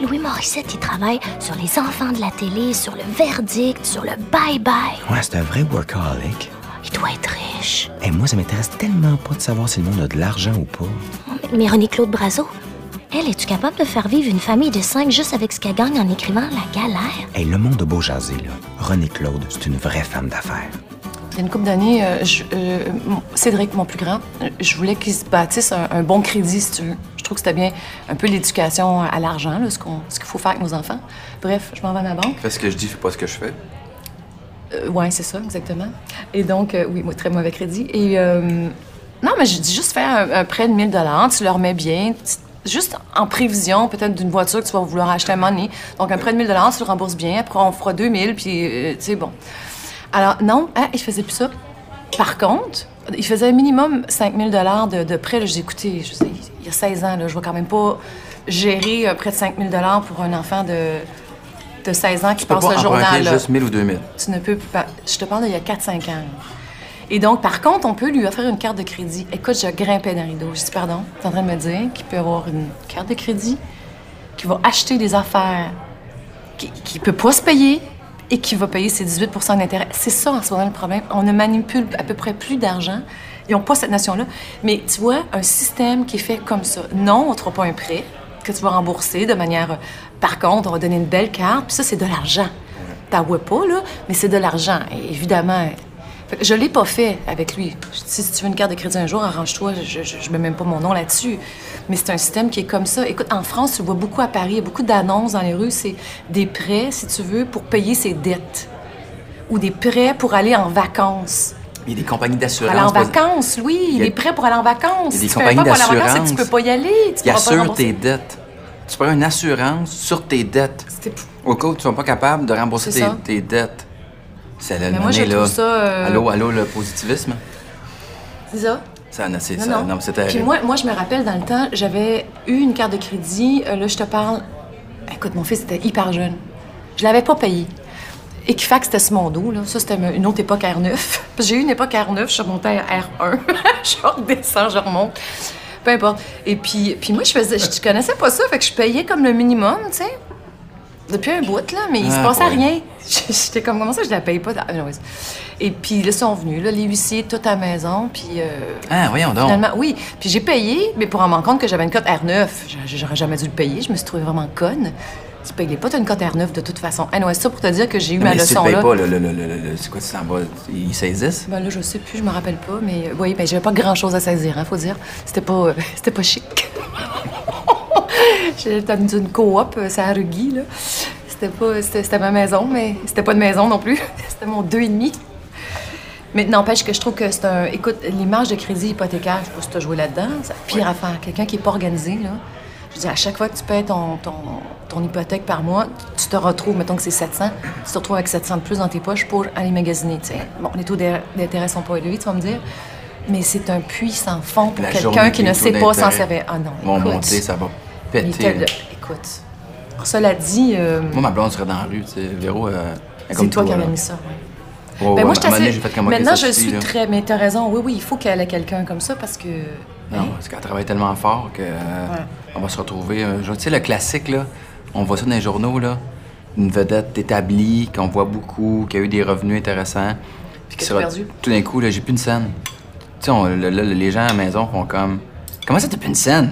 Louis Morissette, il travaille sur les enfants de la télé, sur le verdict, sur le bye-bye.
Ouais, c'est un vrai workaholic.
Il doit être riche.
Et moi, ça m'intéresse tellement pas de savoir si le monde a de l'argent ou pas.
Oh, Mais René-Claude Brazo, elle, es-tu capable de faire vivre une famille de cinq juste avec ce qu'elle gagne en écrivant La galère?
Hey, le monde a beau jaser, là. René Claude, c'est une vraie femme d'affaires.
Il y a une couple d'années, euh, je- euh, mon- Cédric, mon plus grand, euh, je voulais qu'il se bâtisse un, un bon crédit, si tu veux. Je trouve que c'était bien un peu l'éducation à l'argent, là, ce qu'on- ce qu'il faut faire avec nos enfants. Bref, je m'en vais à ma banque.
Fais ce que je dis, fais pas ce que je fais.
Euh, ouais, c'est ça, exactement. Et donc, euh, oui, moi, très mauvais crédit. Et euh, non, mais je dis juste faire un, un prêt de 1000 dollars, tu le remets bien, tu- juste en prévision peut-être d'une voiture que tu vas vouloir acheter à un moment donné. Donc, un prêt de 1000 dollars, tu le rembourses bien, après on fera 2000, puis euh, tu sais, bon. Alors, non, hein, il faisait plus ça. Par contre, il faisait minimum 5000 dollars de, de prêt. Là, J'ai écouté, je sais, il y a 16 ans, là, je vois quand même pas gérer un prêt de 5000 dollars pour un enfant de, de 16 ans qui
Tu peux
passe
pas
le journal.
emprunter
là.
juste 1000 ou 2000.
Tu ne peux plus pas. Je te parle d'il y a 4-5 ans. là. Et donc, par contre, on peut lui offrir une carte de crédit. Écoute, je grimpais dans le rideau. Je dis, pardon, tu es en train de me dire qu'il peut avoir une carte de crédit qui va acheter des affaires qui ne peut pas se payer, et qui va payer ses 18 d'intérêt. C'est ça, en ce moment, le problème. On ne manipule à peu près plus d'argent. Ils n'ont pas cette notion-là. Mais tu vois, un système qui est fait comme ça, non, on ne te fera pas un prêt que tu vas rembourser de manière... euh, Par contre, on va donner une belle carte, puis ça, c'est de l'argent. T'as ouais pas, là, mais c'est de l'argent, et évidemment. Fait que je l'ai pas fait avec lui. Je dis, si tu veux une carte de crédit un jour, arrange-toi, je, je, je mets même pas mon nom là-dessus. Mais c'est un système qui est comme ça. Écoute, en France, tu le vois beaucoup à Paris, il y a beaucoup d'annonces dans les rues, c'est des prêts, si tu veux, pour payer ses dettes. Ou des prêts pour aller en vacances.
Il y a des compagnies d'assurance.
Aller en
parce-
vacances, oui, il
y a-
est prêt pour aller en vacances.
il y a des
Si tu fais
compagnies
pas pour aller en vacances, c'est que tu
d'assurance.
peux pas y aller. Tu
Qui
pourras pas
assure
rembourser.
tes dettes. Tu prends une assurance sur tes dettes.
C'était-
Au cas où tu ne pas capable de rembourser
C'est
tes,
ça.
tes dettes. C'est la
Mais moi, je
monnaie, là.
trouve ça, euh,
Allô, allô, le positivisme.
C'est ça?
Ça, non, c'est
Non,
ça.
non.
Non, mais c'est terrible.
Puis moi, moi, je me rappelle dans le temps, j'avais eu une carte de crédit. Euh, là, je te parle. Écoute, mon fils était hyper jeune. Je l'avais pas payé. Equifax, c'était ce mon dos, là. Ça, c'était une autre époque R9. Parce que j'ai eu une époque R9, je suis remontée à R1. je redescends, je remonte. Peu importe. Et puis, puis moi, je faisais, je connaissais pas ça, fait que je payais comme le minimum, tu sais. Depuis un bout, là, mais il se
Ah,
passait
ouais.
rien. J'étais comme, comment ça, je la paye pas? Anyways. Et puis, là, ils sont venus, là, les huissiers, tout à la maison, puis... euh,
Ah, voyons donc.
Finalement, oui. Puis j'ai payé, mais pour en rendre compte que j'avais une cote R9. J'a- J'aurais jamais dû le payer. Je me suis trouvée vraiment conne. Tu payais pas, t'as une cote R9 de toute façon. Ah non, c'est ça pour te dire que j'ai eu
Non,
ma
mais si tu
leçon
ne payes
là.
pas, le, le, le, le- le- c'est quoi, tu t'en vas, ils saisissent?
Ben là, je sais plus, je me rappelle pas, mais euh, oui, ben j'avais pas grand chose à saisir, hein, faut dire. C'était pas, euh, c'était pas chic. J'étais dans une coop, euh, c'est à Rugy, là. C'était pas, c'était, c'était ma maison, mais c'était pas de maison non plus. c'était mon deux et demi. Mais n'empêche que je trouve que c'est un. Écoute, l'image de crédit hypothécaire, je sais pas si t'as joué là-dedans, c'est la pire affaire. Quelqu'un qui est pas organisé, là. Je veux dire, à chaque fois que tu payes ton, ton, ton hypothèque par mois, tu te retrouves, mettons que c'est 700, tu te retrouves avec 700 de plus dans tes poches pour aller magasiner, tu sais. Bon, les taux d'in- d'intérêt sont pas élevés, tu vas me dire, mais c'est un puits sans fond pour
La
quelqu'un
journée
qui
que
ne
les
sait
taux
pas s'en
d'intérêt
servir. Ah non,
Vont
écoute.
monter, ça va
Il
péter.
était
là.
là. Écoute, cela dit, euh,
Moi, ma blonde serait dans la rue, tu sais. Véro, euh, elle est
c'est
comme
toi qui
là.
avais mis ça. ouais. Ben
Ouais, ouais,
moi,
à
je
un moment donné,
t'assure,
j'ai fait comme, OK,
Maintenant,
ça
je
suffit,
suis
là.
très. Mais t'as raison, oui, oui, il faut qu'elle ait quelqu'un comme ça parce que. hein,
Non, parce qu'elle travaille tellement fort que euh, on va se retrouver. un jour. Tu sais, le classique, là, on voit ça dans les journaux, là. Une vedette établie, qu'on voit beaucoup, qui a eu des revenus intéressants. Puis
Que
qui
t'as perdu.
Tout d'un coup, là, j'ai plus une scène. Tu sais, on- là, là, les gens à la maison font comme. Comment ça, t'as plus une scène?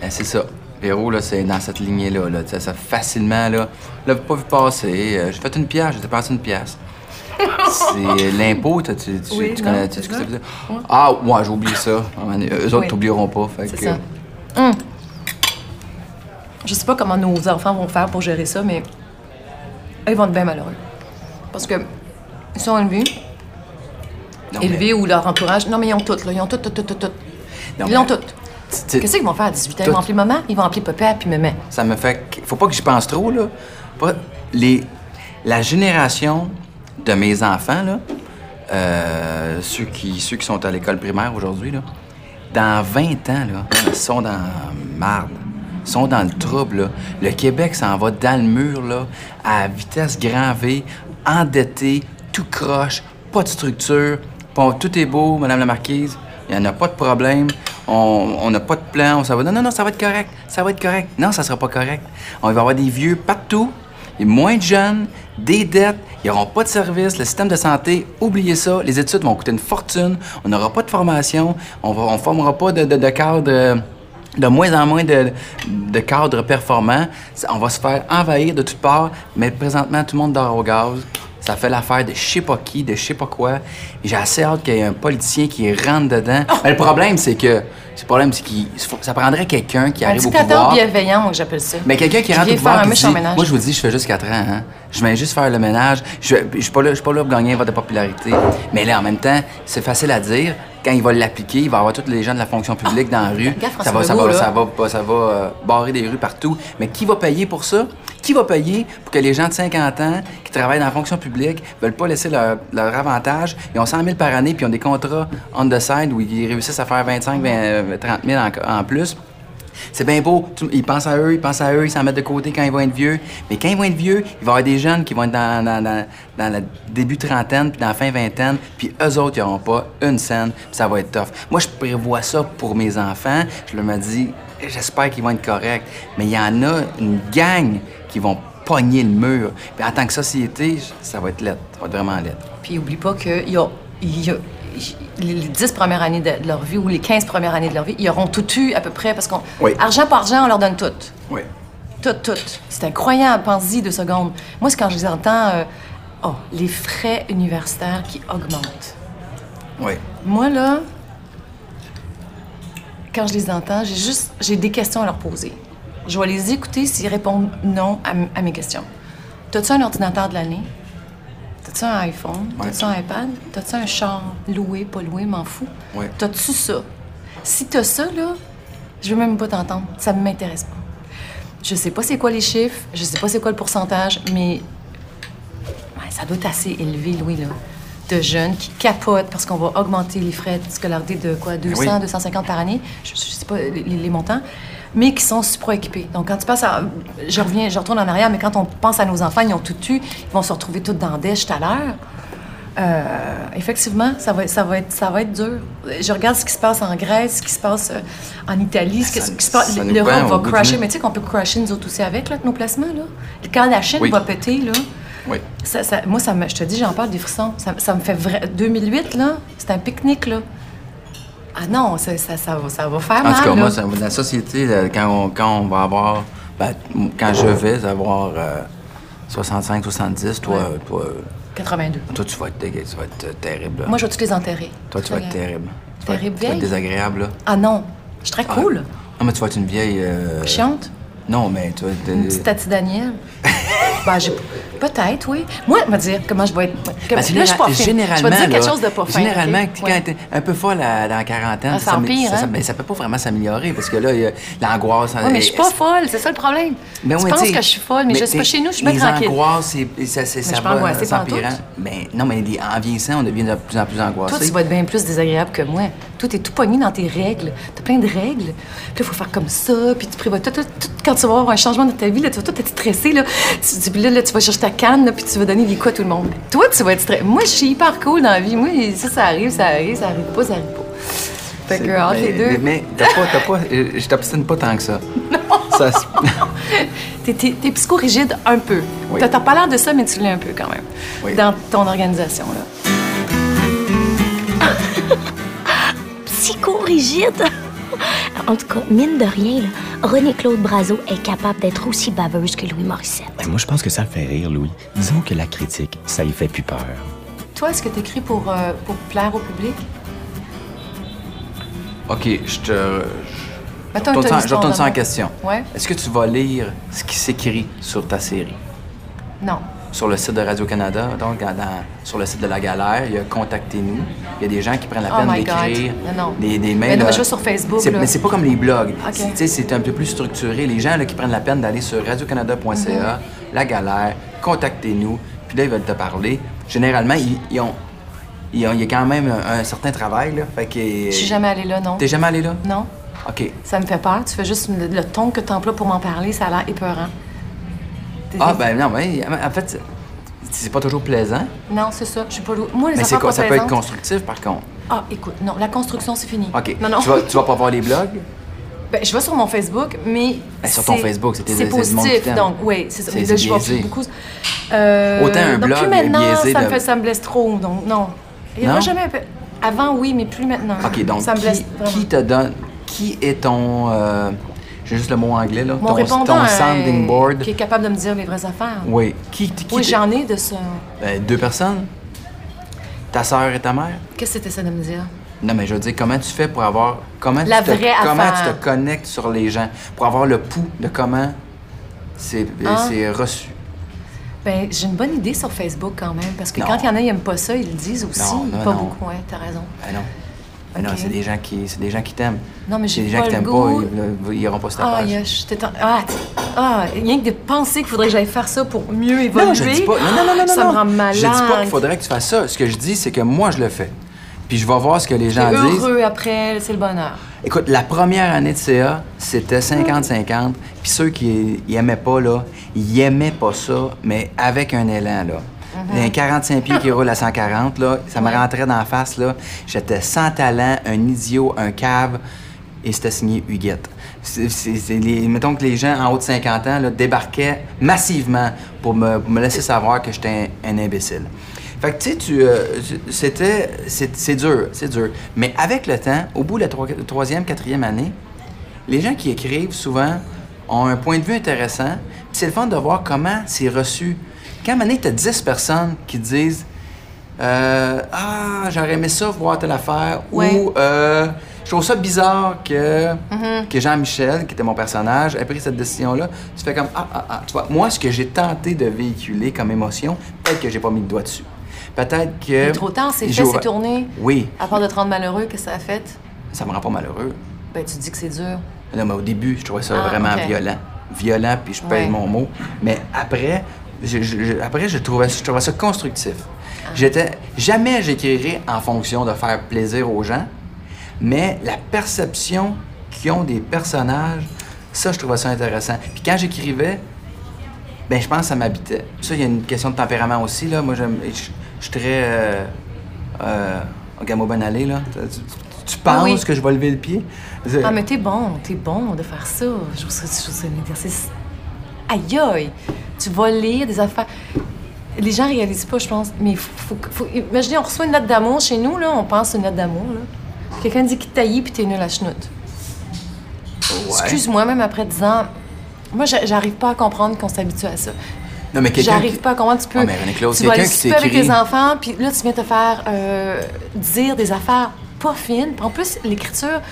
Ben, c'est ça. Véro, là, c'est dans cette lignée-là. Là, Tu sais, ça facilement, là. Là, pas vu passer. euh, j'ai fait une pièce, j'ai dépensé une pièce. C'est euh, l'impôt, t'as- tu, tu,
Oui,
tu
non,
connais tu sais ce que ça
exact.
veut dire? Ah, ouais, j'ai oublié ça. Ah, man, Eux autres
Oui.
t'oublieront pas. Fait
C'est
que,
ça. Hum. Je sais pas comment nos enfants vont faire pour gérer ça, mais ils vont être bien malheureux. Parce que ils sont élevés,
non, mais-
élevés ou leur entourage. Non, mais ils ont tout, là. Ils ont tout, tout, tout, tout, tout.
Non,
Ils l'ont
mais-
tout.
Tu- tu-
Qu'est-ce qu'ils vont faire à 18 ans? Ils
Tout.
vont appeler maman, ils vont appeler papa puis maman.
Ça me fait. que- Faut pas que j'y pense trop, là. Pas- Les... La génération de mes enfants, là, euh, ceux, qui... ceux qui sont à l'école primaire aujourd'hui, là, dans 20 ans, là, hein, ils sont dans la marde. Ils sont dans le trouble, là. Le Québec s'en va dans le mur, là, à vitesse grand V, endetté, tout croche, pas de structure. Bon, tout est beau, Madame la Marquise. Il n'y en a pas de problème. On on n'a pas de plan. On s'en va. Non, non, non, ça va être correct. Ça va être correct. Non, ça sera pas correct. On va avoir des vieux partout. Et moins de jeunes, des dettes, ils n'auront pas de service, le système de santé, oubliez ça, les études vont coûter une fortune, on n'aura pas de formation, on ne on formera pas de, de, de cadres, euh, de moins en moins de, de cadres performants, Ça- on va se faire envahir de toutes parts, mais présentement tout le monde dort au gaz, ça fait l'affaire de je sais pas qui, de je sais pas quoi. J'ai assez hâte qu'il y ait un politicien qui rentre dedans.
Oh!
Mais le problème, c'est que. Le problème, c'est que ça prendrait quelqu'un qui
Un
arrive au
dictateur
pouvoir.
bienveillant, moi, que j'appelle ça.
Mais quelqu'un qui
Qui
rentre au
vient
pouvoir
faire un
qui
méchant
dit,
ménage.
Moi, je vous dis, je fais juste 4 ans. Hein? Je viens juste faire le ménage. Je je suis pas, là- je suis pas là pour gagner un vote de popularité. Mais là, en même temps, c'est facile à dire. Quand il va l'appliquer, il va avoir tous les gens de la fonction publique dans la rue.
Ah, regarde
ça, va,
François
ça, va,
Legault, là.
ça va, pas- ça va, euh, barrer des rues partout. Mais qui va payer pour ça? Qui va payer pour que les gens de 50 ans qui travaillent dans la fonction publique veulent pas laisser leur, leur avantage? Ils ont 100 000 par année puis ils ont des contrats on the side où ils réussissent à faire 25 20, euh, 30 000 en- en plus. C'est bien beau, tu- ils pensent à eux, ils pensent à eux, ils s'en mettent de côté quand ils vont être vieux. Mais quand ils vont être vieux, il va y avoir des jeunes qui vont être dans, dans, dans, dans la début trentaine, puis dans la fin vingtaine, puis eux autres, ils n'auront pas une scène, puis ça va être tough. Moi, je prévois ça pour mes enfants. Je me dis, j'espère qu'ils vont être corrects. Mais il y en a une gang qui vont pogner le mur. Puis en tant que société, j- ça va être lettre. Ça va être vraiment lettre.
Puis oublie pas qu'ils ont. ils ont- ils- les 10 premières années de de leur vie ou les 15 premières années de leur vie, ils auront tout eu à peu près parce qu'on.
Oui.
Argent par argent, on leur donne tout.
Oui.
Tout, tout. C'est incroyable, pense-y deux secondes. Moi, c'est quand je les entends. euh, oh, les frais universitaires qui augmentent.
Oui.
Moi, là, quand je les entends, j'ai juste j'ai des questions à leur poser. Je vais les écouter s'ils répondent non à, m- à mes questions. T'as-tu un ordinateur de l'année? T'as-tu un iPhone?
Ouais.
T'as-tu un iPad? T'as-tu un char loué, pas loué, m'en fous?
Ouais.
T'as-tu ça? Si t'as ça, là, je veux même pas t'entendre. Ça ne m'intéresse pas. Je sais pas c'est quoi les chiffres, je sais pas c'est quoi le pourcentage, mais Ouais, ça doit être assez élevé, Louis, là, de jeunes qui capotent parce qu'on va augmenter les frais de scolarité de quoi, 200,
oui.
250 par année, je, je sais pas les, les montants, mais qui sont super équipés. Donc, quand tu passes à. Je reviens, je retourne en arrière, mais quand on pense à nos enfants, ils ont tout eu, ils vont se retrouver tous dans des tout à l'heure. Euh, effectivement, ça va, ça, va être, ça va être dur. Je regarde ce qui se passe en Grèce, ce qui se passe euh, en Italie, ce,
Ça-
qui se passe.
ça nous
L'Europe
pend au
va
bout du
crasher,
nez.
mais tu sais qu'on peut crasher nous autres aussi avec là, nos placements. Là. Quand la Chine
Oui.
va péter, là,
Oui.
ça- ça- moi, ça me- je te dis, j'en parle des frissons. Ça, ça me fait vrai. 2008, là, c'est un pique-nique, là. Ah non, ça, ça, ça va, ça va faire
En
mal.
tout cas,
là.
moi, ça- la société, là, quand, on, quand on va avoir. ben, quand je vais avoir euh, 65, 70, toi,
Ouais.
toi, euh,
82.
toi, tu vas être, dégue- tu vas être euh, terrible. là.
Moi, je vais tous les enterrer.
toi, tu vas être terrible. Tu vas être-
Terrible
Tu vas être
vieille.
désagréable, là.
Ah non, je suis très cool.
Non, mais tu vas être une vieille. euh,
Chiante.
Non, mais tu vas être. euh,
Une petite Tati Daniel. ben, j'ai... Peut-être, oui. Moi, me dire comment je vais être... que-
Parce que
là, je suis pas
général-
fine. Je
Généralement,
vais te dire quelque
là,
chose de pas fin.
Généralement,
ok?
quand
Ouais.
t'es un peu folle à- dans la quarantaine,
Ah, ça
s'am-
empire,
ça,
hein?
ben, ça peut pas vraiment s'améliorer parce que là, il y a l'angoisse. hein,
Ouais, mais je suis pas folle, c'est ça le problème.
Euh, Ben
tu
ouais,
penses
t'sais,
que je suis folle, mais, je sais pas,
t'es-
chez nous, je suis bien
les
tranquille.
angoisses, c'est- ça, c'est-
je
ça
suis pas
va
angoissée
s'empirant.
pantoute.
Mais non, mais les- en vieillissant, on devient de plus en plus angoissé.
Toi, tu vas être bien plus désagréable que moi. Toi, t'es tout pogné dans tes règles. T'as plein de règles. Puis là, faut faire comme ça. Puis tu prévois tout, tout, tout. Quand tu vas avoir un changement dans ta vie, là, tu vas tout être stressé. Là. Tu, tu- puis là, là, tu vas chercher ta canne, là, puis tu vas donner des coups à tout le monde. Toi, tu vas être stressé. Moi, je suis hyper cool dans la vie. Moi, ça, ça arrive, ça arrive, ça arrive pas, ça arrive pas. Fait que, entre les
mais,
deux,
Mais t'as pas, t'as pas, euh, je t'obstine pas tant que ça. Ça se-
t'es- t'es t'es psychorigide un peu.
Oui.
T'as t'as pas l'air de ça, mais tu l'es un peu quand même.
Oui.
Dans ton organisation, là.
Psychorigide! En tout cas, mine de rien, là, René-Claude Brazo est capable d'être aussi baveuse que Louis Morissette.
Ben, moi, je pense que ça le fait rire, Louis. Disons que la critique, ça lui fait plus peur.
Toi, est-ce que t'écris pour, euh, pour plaire au public?
OK, je te. Je
Mettons,
retourne
t'as une
ça- je retourne ça en
histoire
question.
d'amour. Ouais.
Est-ce que tu vas lire ce qui s'écrit sur ta série?
Non.
sur le site de Radio-Canada, donc dans- dans- sur le site de La Galère, il y a Contactez-nous. Il y a des gens qui prennent la
Oh
peine
my
d'écrire
God. Non, non.
des,
Mais
des
non,
mails.
mais
là.
je vais sur Facebook,
C'est-
là.
Mais c'est pas comme les blogs.
Ok.
C'est- tu sais, C'est un peu plus structuré. Les gens là, qui prennent la peine d'aller sur radiocanada.ca,
Mm-hmm.
La Galère, Contactez-nous, puis là, ils veulent te parler. Généralement, ils, ils ont... ils ont- Il y a quand même un, un certain travail, là. Fait que...
Je suis jamais allée là, non.
T'es jamais allé là?
Non.
OK.
Ça me fait peur. Tu fais juste le, le ton que t'emploies pour m'en parler, ça a l'air épeurant. T'es-
Ah, ben non, mais en fait, c'est- c'est pas toujours plaisant.
Non, c'est ça. Je suis pas lou- Moi, les
ben. Mais c'est
affaires
quoi?
pas
Ça peut être
plaisantes-
constructif, par contre.
Ah, écoute, non, la construction, c'est fini.
OK.
Non, non.
Tu, vas, tu vas pas voir les blogs?
Ben, je vais sur mon Facebook, mais.
Ben, sur ton
c'est-
Facebook, c'est tes-
C'est
c'est le monde qui
positif,
t'aime.
donc, oui, c'est ça.
C'est-
Mais
c'est
là, je vois
biaisé.
plus beaucoup. Euh,
Autant un
donc,
blog
plus maintenant,
biaisé
ça, me
de-
fait, ça me blesse trop, donc, non. Il y aura
Non?
jamais. un peu- Avant, oui, mais plus maintenant.
OK, donc,
Ça me blesse.
qui,
vraiment.
qui te donne. Qui est ton. euh, J'ai juste le mot anglais, là.
Mon
ton
répondant.
ton
euh,
sounding board.
Qui est capable de me dire les vraies affaires.
Oui. Qui, qui
Oui,
te-
j'en ai de ça.
Ben, deux personnes? Ta sœur et ta mère?
Qu'est-ce que c'était ça de me dire?
Non, mais je veux dire, comment tu fais pour avoir. Comment,
La
tu, te,
vraie
comment tu
affaire.
te connectes sur les gens? Pour avoir le pouls de comment c'est
Ah.
c'est reçu.
Ben, j'ai une bonne idée sur Facebook quand même, parce que
Non.
quand il y en a qui n'aiment pas ça, ils le disent aussi.
Non, non,
pas
non.
beaucoup, ouais, t'as raison.
Ben non. Ben non,
Ok.
c'est des gens qui c'est des gens qui t'aiment.
Non, mais
C'est
j'ai
des gens
pas
qui
le
t'aiment
goût.
pas, ils- ils iront pas sur ta
Ah,
page.
Yosh, t'es en... Ah, t- ah, rien que de penser qu'il faudrait que j'aille faire ça pour mieux évoluer.
Non, je dis pas. Non, non, non, non,
Ça
non.
me rend malade.
Je dis pas qu'il faudrait que tu fasses ça. Ce que je dis, c'est que moi, je le fais. Puis je vais voir ce que les
T'es
gens disent.
heureux après, c'est le bonheur.
Écoute, la première année de CA, c'était 50-50. Puis ceux qui y aimaient pas, là, ils aimaient pas ça, mais avec un élan, là.
Mhm.
Un 45 pieds qui roule à 140, là, ça me rentrait dans la face, là. J'étais sans talent, un idiot, un cave. et c'était signé Huguette. C'est- c'est- c'est les- mettons que les gens en haut de 50 ans là, débarquaient massivement pour me, pour me laisser savoir que j'étais un, un imbécile. Fait que tu sais, tu, euh, tu- c'était, c'est, c'est dur, c'est dur. Mais avec le temps, au bout de la troi- troisième, quatrième année, les gens qui écrivent souvent ont un point de vue intéressant. Puis c'est le fun de voir comment c'est reçu. Quand tu t'as 10 personnes qui disent euh, Ah, j'aurais aimé ça voir telle affaire
Ouais.
ou euh, Je trouve ça bizarre que,
Mhm.
que Jean-Michel, qui était mon personnage, ait pris cette décision-là. Tu fais comme Ah, ah, ah. Tu vois, moi, ce que j'ai tenté de véhiculer comme émotion, peut-être que j'ai pas mis le doigt dessus. Peut-être que.
Mais trop tard, c'est fait,
j'aurais-
c'est tourné.
Oui,
À part de te rendre malheureux, qu'est-ce que ça a fait?
ça me rend pas malheureux.
Ben, tu dis que c'est dur.
Non, mais au début, je trouvais ça
Ah,
vraiment
ok.
violent. Violent, puis je paye
Ouais.
mon mot. Mais après, je, je- je- après, je trouvais, je trouvais ça constructif.
Ah.
J'étais, jamais j'écrirais en fonction de faire plaisir aux gens, mais la perception qu'ils ont des personnages, ça, je trouvais ça intéressant. Puis quand j'écrivais, ben, je pense que ça m'habitait. Ça, il y a une question de tempérament aussi, là. Moi, j'aime- je je suis très. Euh, euh, Gamo Banalé, là. Tu, tu- tu penses
Ah oui.
que je vais lever le pied? C'est-
Ah, mais t'es bon, t'es bon de faire ça. Je trouve ça, je trouve ça un exercice. Aïe aïe! Tu vas lire des affaires. Les gens réalisent pas, je pense, mais faut, faut, faut- Imaginez, on reçoit une note d'amour chez nous, là, on pense une note d'amour, là. Quelqu'un dit qu'il taillit puis t'es nul à chenoute.
Ouais.
Excuse-moi, même après 10 ans, moi, j'a- j'arrive pas à comprendre qu'on s'habitue à ça.
Non, mais quelqu'un.
J'arrive
qui-
pas à comprendre. Tu peux.
Ah, mais René Claude,
tu vas aller
quelqu'un qui
souper avec
t'écrit-
tes enfants, puis là, tu viens te faire euh, dire des affaires pas fines. Puis En plus, l'écriture,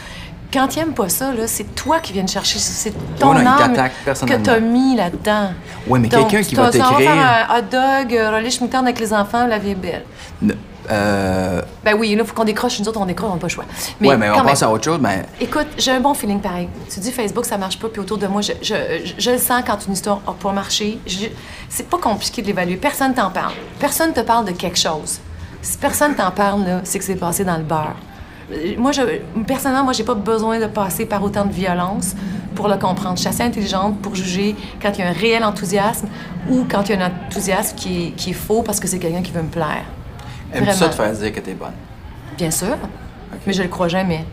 quand tu aimes pas ça, là, c'est toi qui viens de chercher. ça. C'est ton
non, il
âme
t'attaque
que
personnellement.
t'as mis là-dedans.
Ouais, mais
Donc,
quelqu'un qui
t'as-
va
Ça va
t'écrire-
faire un hot dog, euh, relish moutarde avec les enfants, la vie est belle.
Ne- euh,
Ben oui, là, faut qu'on décroche. Nous autres, on décroche, on n'a pas le choix.
ouais, mais
quand
on
même.
passe à autre chose, ben, mais.
Écoute, j'ai un bon feeling pareil. Tu dis Facebook, ça marche pas, puis autour de moi, je, je- je- je le sens quand une histoire a pas marché. Je- C'est pas compliqué de l'évaluer. Personne t'en parle. Personne te parle de quelque chose. Si personne t'en parle, là, c'est que c'est passé dans le beurre. Euh, Moi, je, personnellement, moi, j'ai pas besoin de passer par autant de violence pour le comprendre. Je suis assez intelligente pour juger quand il y a un réel enthousiasme ou quand il y a un enthousiasme qui est, qui est faux parce que c'est quelqu'un qui veut me plaire.
Aime ça
Vraiment.
te faire dire que t'es bonne.
Bien sûr, mais je le crois jamais.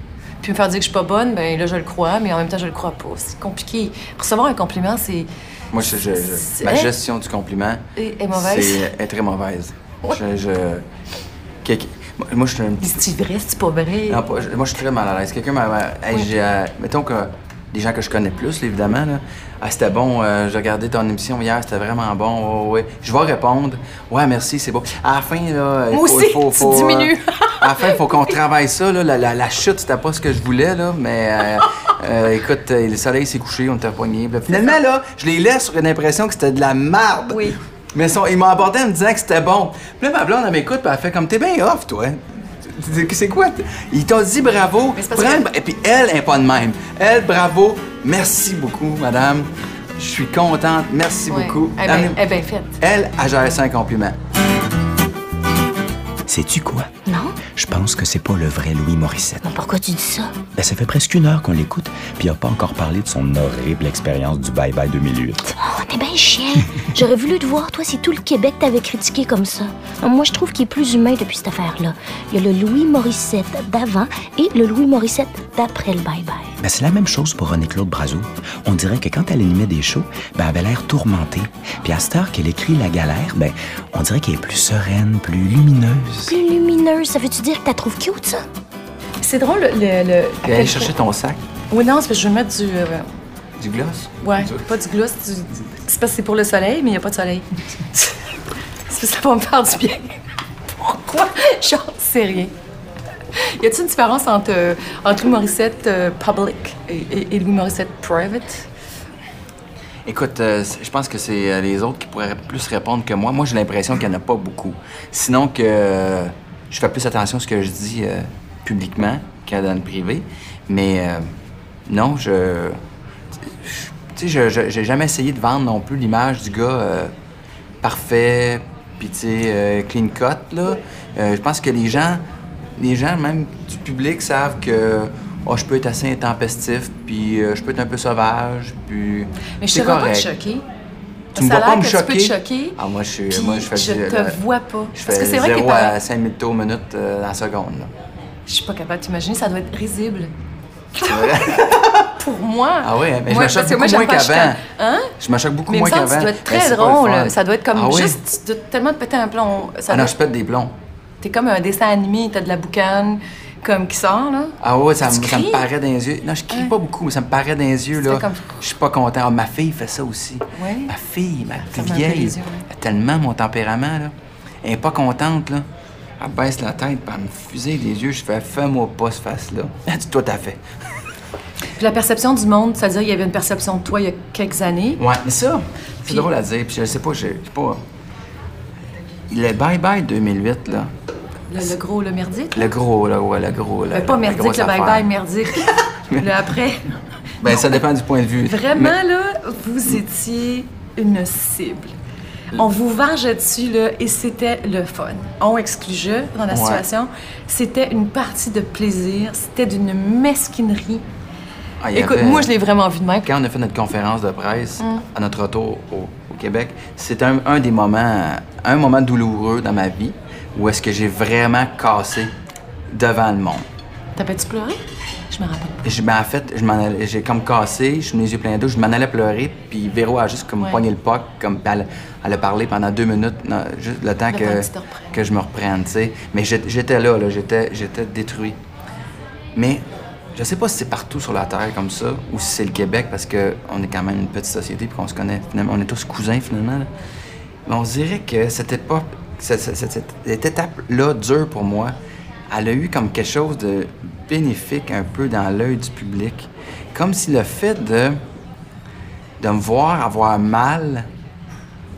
Puis me faire dire que je suis pas bonne, ben là je le crois, mais en même temps je le crois pas. C'est compliqué. Recevoir un compliment, c'est
Moi, je, je- je-
C'est-
ma gestion du compliment.
Est- est mauvaise.
C'est est très mauvaise. Je. je quelqu'un- moi- moi, je suis un petit.
c'est vrai, c'est pas vrai.
Non, pas- je- moi, je suis très mal à l'aise. Quelqu'un m'a. m'a- hey, j'ai, euh, mettons que des gens que je connais plus, là, évidemment, là. Ah, c'était bon, euh, j'ai regardé ton émission hier, c'était vraiment bon. ouais, ouais. Je vais répondre. Ouais, merci, c'est beau. À la fin, là. il
Moi aussi, tu diminues.
euh, à la fin, il faut qu'on travaille ça, là. La, la- la chute, c'était pas ce que je voulais, là. Mais euh, euh, écoute, euh, le soleil s'est couché, on était poignés. Ben, Finalement, là, je les laisse sur une impression que c'était de la marde.
Oui.
Mais son- ils m'ont abordé en me disant que c'était bon. Puis là, ma blonde, elle m'écoute, puis elle fait comme, t'es bien off, toi. C'est- C'est quoi? t- Ils t'ont dit bravo.
Mais c'est parce
prends
que-
le bra- Et puis elle, elle est pas de même. Elle, bravo. Merci beaucoup, madame. Je suis contente. Merci
Ouais.
beaucoup.
Eh ben,
Amenez-
eh ben, faite.
Elle, a géré ça un compliment.
Sais-tu quoi?
Non?
Je pense que c'est pas le vrai Louis Morissette.
Mais pourquoi tu dis ça?
Ben, ça fait presque une heure qu'on l'écoute, puis il a pas encore parlé de son horrible expérience du Bye Bye 2008.
Oh, t'es bien chien. J'aurais voulu te voir, toi, si tout le Québec t'avait critiqué comme ça. Moi, je trouve qu'il est plus humain depuis cette affaire-là. Il y a le Louis Morissette d'avant et le Louis Morissette d'après le bye-bye.
Ben, c'est la même chose pour René-Claude Brazo. On dirait que quand elle animait des shows, ben, elle avait l'air tourmentée. Puis à cette heure qu'elle écrit La galère, ben, on dirait qu'elle est plus sereine, plus lumineuse.
Plus lumineuse, ça veut-tu dire que t'as trouves cute, ça?
C'est drôle le. le, le-
Puis elle cherchait ton sac,
Oui, non, c'est parce que je vais mettre du. euh,
du gloss.
ouais,
Du-
pas du gloss. du- du- C'est parce que c'est pour le soleil, mais il n'y a pas de soleil. c'est parce que ça va me faire du bien. Pourquoi? J'en sais rien. Y a-t-il une différence entre, euh, entre Louis Morissette euh, public et, et- et Louis Morissette private?
Écoute, euh, c- je pense que c'est euh, les autres qui pourraient plus répondre que moi. Moi, j'ai l'impression qu'il n'y en a pas beaucoup. Sinon que euh, je fais plus attention à ce que je dis euh, publiquement qu'à dans le privé. Mais euh, non, je... Tu sais, je- je- j'ai jamais essayé de vendre non plus l'image du gars euh, parfait, puis tu sais, euh, clean cut, là. Euh, je pense que les gens, les gens même du public savent que... Oh, je peux être assez intempestif, puis euh, je peux être un peu sauvage, puis
Mais je
c'est
te vois pas
correct.
te choquer.
Tu me
ça a
vois pas
l'air
me
que tu peux te
choquer.
choquer.
Ah, moi, je suis-
puis
moi, je fais
je
le-
te
le-
vois pas.
Je
Parce
fais
que c'est vrai que
0
les parents-
à 5000 tours minute euh, dans la seconde. là.
Je suis pas capable d'imaginer, ça doit être risible. Pour moi.
Ah ouais, mais je
Moi,
me choque
parce que moi,
beaucoup
j'aime
moins
pas
qu'avant.
Chicago. Hein?
Je me choque beaucoup
Mais il me
moins
semble
qu'avant.
que ça doit être
Ben,
très
c'est pas le
drôle.
fun.
Ça doit être comme
Ah oui?
juste, tu dois tellement te péter un plomb. Ça
Ah non,
doit-
je pète des plombs.
T'es comme un dessin animé, t'as de la boucane comme qui sort, là.
Ah ouais, ça, me-
Tu
ça me
cries?
paraît dans les yeux. Non, je crie
Ouais.
pas beaucoup, mais ça me paraît dans les yeux,
Tu
là.
fais comme-
Je suis pas content. Ah, ma fille fait ça aussi.
Ouais.
Ma fille, ma
ferme un peu
vieille,
les yeux, ouais.
elle a tellement mon tempérament, là. Elle est pas contente, là. Elle baisse la tête, puis elle me fusille des yeux. Je fais, fais-moi pas ce face-là. Elle dit, toi, t'as fait.
Puis la perception du monde, c'est-à-dire, il y avait une perception de toi il y a quelques années.
Ouais, mais ça, c'est
Puis-
drôle à dire. Puis je sais pas, je je sais pas. Le bye-bye 2008, là.
Le, le gros, le merdique.
Le gros, là, ouais, le gros, là.
Mais pas
la
merdique,
grosse
le
affaire.
bye-bye merdique. le après.
Ben, ça dépend du point de vue.
Vraiment,
Mais-
là, vous étiez une cible. On vous vengeait dessus, là, et c'était le fun. On exclut je dans la
Ouais.
situation. C'était une partie de plaisir. C'était d'une mesquinerie.
Ah, il y
Écoute,
avait-
moi, je l'ai Mm. vraiment vu de même.
Quand on a fait notre conférence de presse à notre retour au, au Québec, c'est un, un des moments, un moment douloureux dans ma vie où est-ce que j'ai vraiment cassé devant le monde.
T'avais-tu pleuré? Je me rappelle
Je, ben, en fait, je m'en allais- j'ai comme cassé, je suis venu les yeux pleins d'eau, je m'en allais pleurer, puis Véro a juste comme
Ouais.
poigné le poc, comme ben, elle, elle a parlé pendant deux minutes, non, juste le temps
Le
que,
temps que tu te reprennes.
que je me reprenne, tu sais. Mais j'étais j'étais là, là j'étais j'étais détruit. Mais je sais pas si c'est partout sur la Terre comme ça, ou si c'est le Québec, parce qu'on est quand même une petite société, puis qu'on se connaît, finalement, on est tous cousins, finalement. là. Mais on dirait que cette époque, cette, cette- cette- cette- cette étape-là dure pour moi, elle a eu comme quelque chose de bénéfique un peu dans l'œil du public. Comme si le fait de, de me voir avoir mal,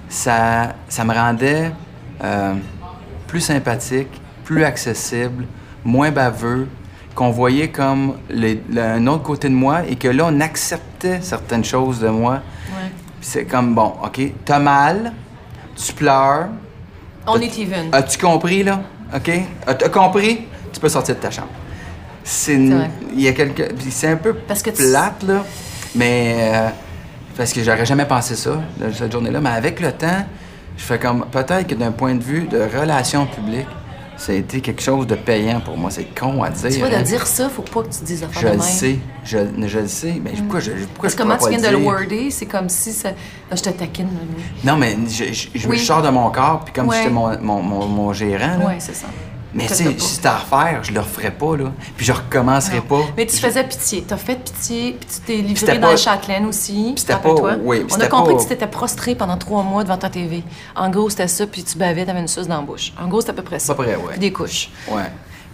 ça, ça me rendait euh, plus sympathique, plus accessible, moins baveux, qu'on voyait comme les- le- un autre côté de moi et que là, on acceptait certaines choses de moi.
Ouais.
Puis C'est comme, bon, OK, t'as mal, tu pleures.
On est even.
As-tu compris, là? OK? As- T'as compris? Tu peux sortir de ta chambre. C'est une-
vrai.
Il y a quelque... Puis c'est un peu
Parce que tu-
plate, là. Mais... euh, parce que j'aurais jamais pensé ça, là, cette journée-là. Mais avec le temps, je fais comme... Peut-être que d'un point de vue de relations publiques, ça a été quelque chose de payant pour moi. C'est con à dire.
Tu vois,
hein.
de dire ça, faut pas que tu dises affaire
Je
de
le
même. Mm.
sais. Je, je le sais. Mais pourquoi je, pourquoi
Parce
je
que comment tu
pourrais
viens
pas
de le
dire?
worder, c'est comme si ça... Non, je te taquine, là, mais-
Non, mais je, je, je
Oui.
me sors de mon corps, puis comme
Ouais.
j'étais mon, mon, mon, mon gérant, là,
Ouais, c'est ça.
mais
Ça
tu
se
sais,
peut pas.
si c'était à refaire, je le referais pas, là. Puis je recommencerais
Non.
pas.
Mais tu faisais pitié. T'as fait pitié, puis tu t'es
c'était
livré
pas-
dans le Châtelaine aussi.
c'était pas-
rappelle-toi.
oui,
On a
c'était
compris
pas-
que tu t'étais prostré pendant trois mois devant ta TV. En gros, c'était ça, puis tu bavais, t'avais une sauce dans la bouche. En gros, c'était à peu près ça.
À peu près, ouais.
Puis des couches.
Ouais.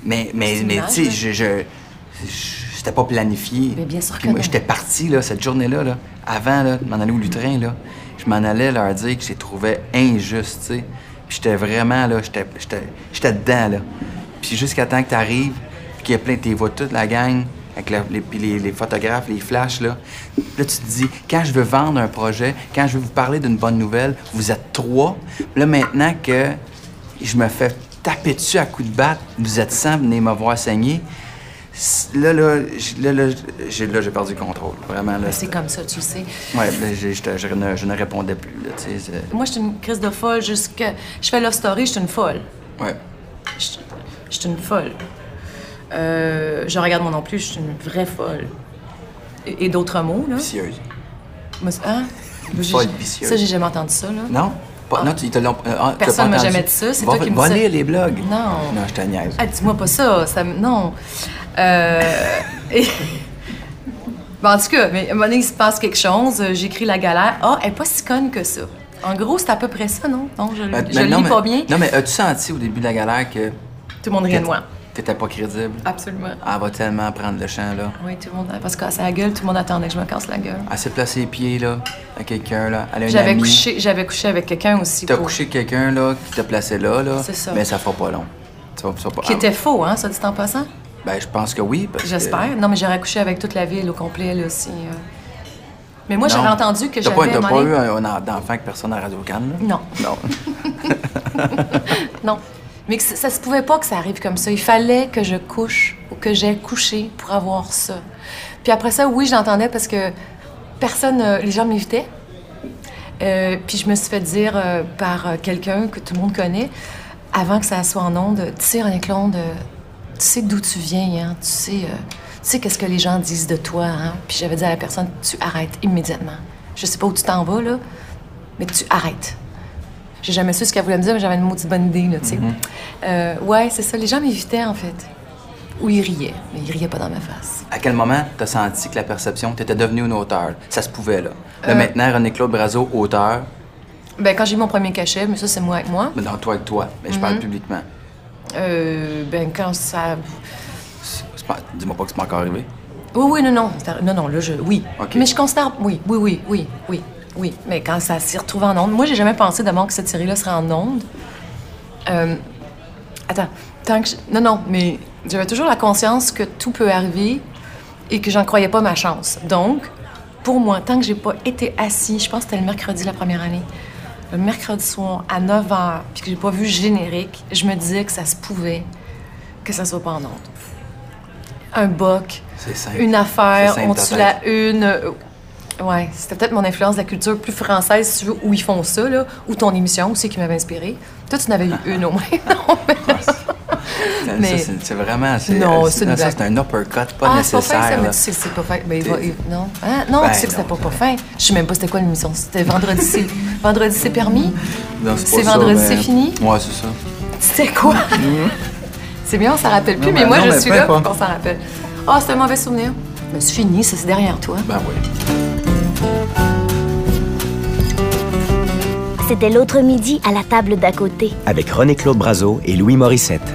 Mais, mais,
C'est une
mais
image,
tu sais,
là.
je. je je- c'était pas planifié.
Mais bien sûr
Puis
que
moi,
non.
J'étais parti, là, cette journée-là, là, avant là, de m'en aller au lutrin, là, je m'en allais leur dire que je les trouvais injustes, tu sais. Puis j'étais vraiment, là, j'étais- j'étais j'étais dedans, là. Puis jusqu'à temps que t'arrives, puis qu'il y a plein, t'y vois toute la gang, avec la- les, puis les, les photographes, les flashs, là. Là, tu te dis, quand je veux vendre un projet, quand je veux vous parler d'une bonne nouvelle, vous êtes trois. Là, maintenant que je me fais taper dessus à coups de batte, vous êtes sans venir me voir saigner, Là, là, j- là, là, j'ai là, j'ai perdu le contrôle. Vraiment, là.
Ah, C'est comme ça, tu le sais.
Ouais, là, j'ai- j'étais- je, ne, je ne répondais plus, là, tu sais. c'est-
Moi, j'étais une crise de folle jusqu'à... Je fais Love Story, j'étais une folle.
Ouais.
Je je suis une folle. Euh, je regarde mon non plus, je suis une vraie folle. Et, et d'autres mots, là?
Vicieuse.
Moi, c'est- hein? J'ai-
Folle vicieuse.
Ça, j'ai jamais entendu ça, là.
Non? Pas, Non, tu ils te l'ont. euh, ah, t'as pas
Personne m'a
entendu.
jamais dit ça, c'est
Va-
toi qui me
Va
dis ça.
lire les blogs.
Non.
Non, je te niaise.
Ah, dis-moi pas ça, ça me- Non. Euh, et- Bon, en tout cas, mais à un moment donné, il se passe quelque chose, euh, j'écris la galère. Ah, elle est pas si conne que ça. En gros, c'est à peu près ça, non? Non, je,
Euh,
je
mais
le
non,
lis
mais-
pas bien.
Non, mais as-tu senti au début de la galère que.
Tout le monde
que
rit de moi. Ah.
T'étais pas crédible?
Absolument.
Elle va tellement prendre le champ, là.
Oui, tout le monde... Parce que c'est la gueule, tout le monde attendait que je me casse la gueule.
Elle s'est placée les pieds, là, à quelqu'un, là. Elle a une
J'avais
amie.
couché, j'avais couché avec quelqu'un aussi.
T'as
pour-
couché quelqu'un, là, qui t'a placé là, là.
C'est ça.
Mais ça fera pas long. Tu vas- tu vas pas-
Qui était faux, hein, ça dit en passant?
Ben, je pense que oui. parce que-
J'espère. Non, mais j'aurais couché avec toute la ville au complet, là, si. euh. Mais moi, j'avais
Non.
entendu que
T'as
j'avais.
pas- T'as pas
demandé-
eu un, un enfant que personne à Radio-Can, là?
Non.
Non.
Non. Mais que ça, ça se pouvait pas que ça arrive comme ça. Il fallait que je couche ou que j'aie couché pour avoir ça. Puis après ça, oui, j'entendais parce que personne, euh, les gens m'évitaient. Euh, puis je me suis fait dire euh, par euh, quelqu'un que tout le monde connaît, avant que ça soit en onde, tu sais, René Claude, euh, tu sais d'où tu viens, hein? tu sais, euh, sais qu'est-ce que les gens disent de toi, hein? Puis j'avais dit à la personne, tu arrêtes immédiatement. Je sais pas où tu t'en vas, là, mais tu arrêtes. J'ai jamais su ce qu'elle voulait me dire, mais j'avais une maudite bonne idée, là, tu sais. Euh, ouais, c'est ça. Les gens m'évitaient, en fait. Ou ils riaient, mais ils riaient pas dans ma face.
À quel moment t'as senti que la perception, t'étais devenu une auteure? Ça se pouvait, là.
Euh.
Là, maintenant, René-Claude Brazo, auteur,
Ben, quand j'ai eu mon premier cachet, mais ça, c'est moi avec moi.
mais dans toi avec toi, mais je
Mm-hmm.
parle publiquement.
Euh, ben, quand ça.
C'est pas- Dis-moi pas que c'est pas encore arrivé.
Oui, oui, non, non. c'est arri- Non, non, là, je. Oui.
Ok.
Mais je considère. Oui, oui, oui, oui, oui, oui. Mais quand ça s'y retrouve en onde. Moi, j'ai jamais pensé d'abord que cette série-là serait en onde. Euh, Attends. Tant que. je- Non, non, mais j'avais toujours la conscience que tout peut arriver et que j'en croyais pas ma chance. Donc, pour moi, tant que j'ai pas été assis, je pense que c'était le mercredi la première année, le mercredi soir à 9 h, puis que j'ai pas vu le générique, je me disais que ça se pouvait que ça soit pas en onde. Un boc,
C'est simple.
une affaire,
C'est simple,
on
ta
tue
tête.
la une. euh, Ouais, c'était peut-être mon influence de la culture plus française, si tu veux, où ils font ça, là, ou ton émission aussi qui m'avait inspirée. Toi, tu en avais eu une au moins, non? mais-
Ça,
mais-
c'est- C'est vraiment.
Non, c'est
c'est euh,
une
ça,
blague.
c'est un uppercut pas
Ah, c'est pas fin, ça,
nécessaire.
mais
là.
tu sais que c'est pas fin. Ben, il va-
T'es-
il- non, Hein? non
Ben
tu sais que c'était
non,
pas,
c'est
pas
vrai.
fin. Je sais même pas c'était quoi l'émission. C'était vendredi, c'est vendredi, c'est permis.
Non,
c'est
pas ça,
vendredi,
mais-
c'est fini?
Ouais, c'est ça.
C'était quoi? c'est bien, on s'en rappelle plus,
Mm-hmm. Non,
mais
mais-
moi,
non,
je
mais
suis
peu
là
importe.
pour qu'on s'en rappelle. Ah, c'est un mauvais souvenir. Ben, c'est fini, ça, c'est derrière toi.
Ben oui.
C'était l'autre midi à la table d'à côté.
Avec René-Claude Brazo et Louis Morissette.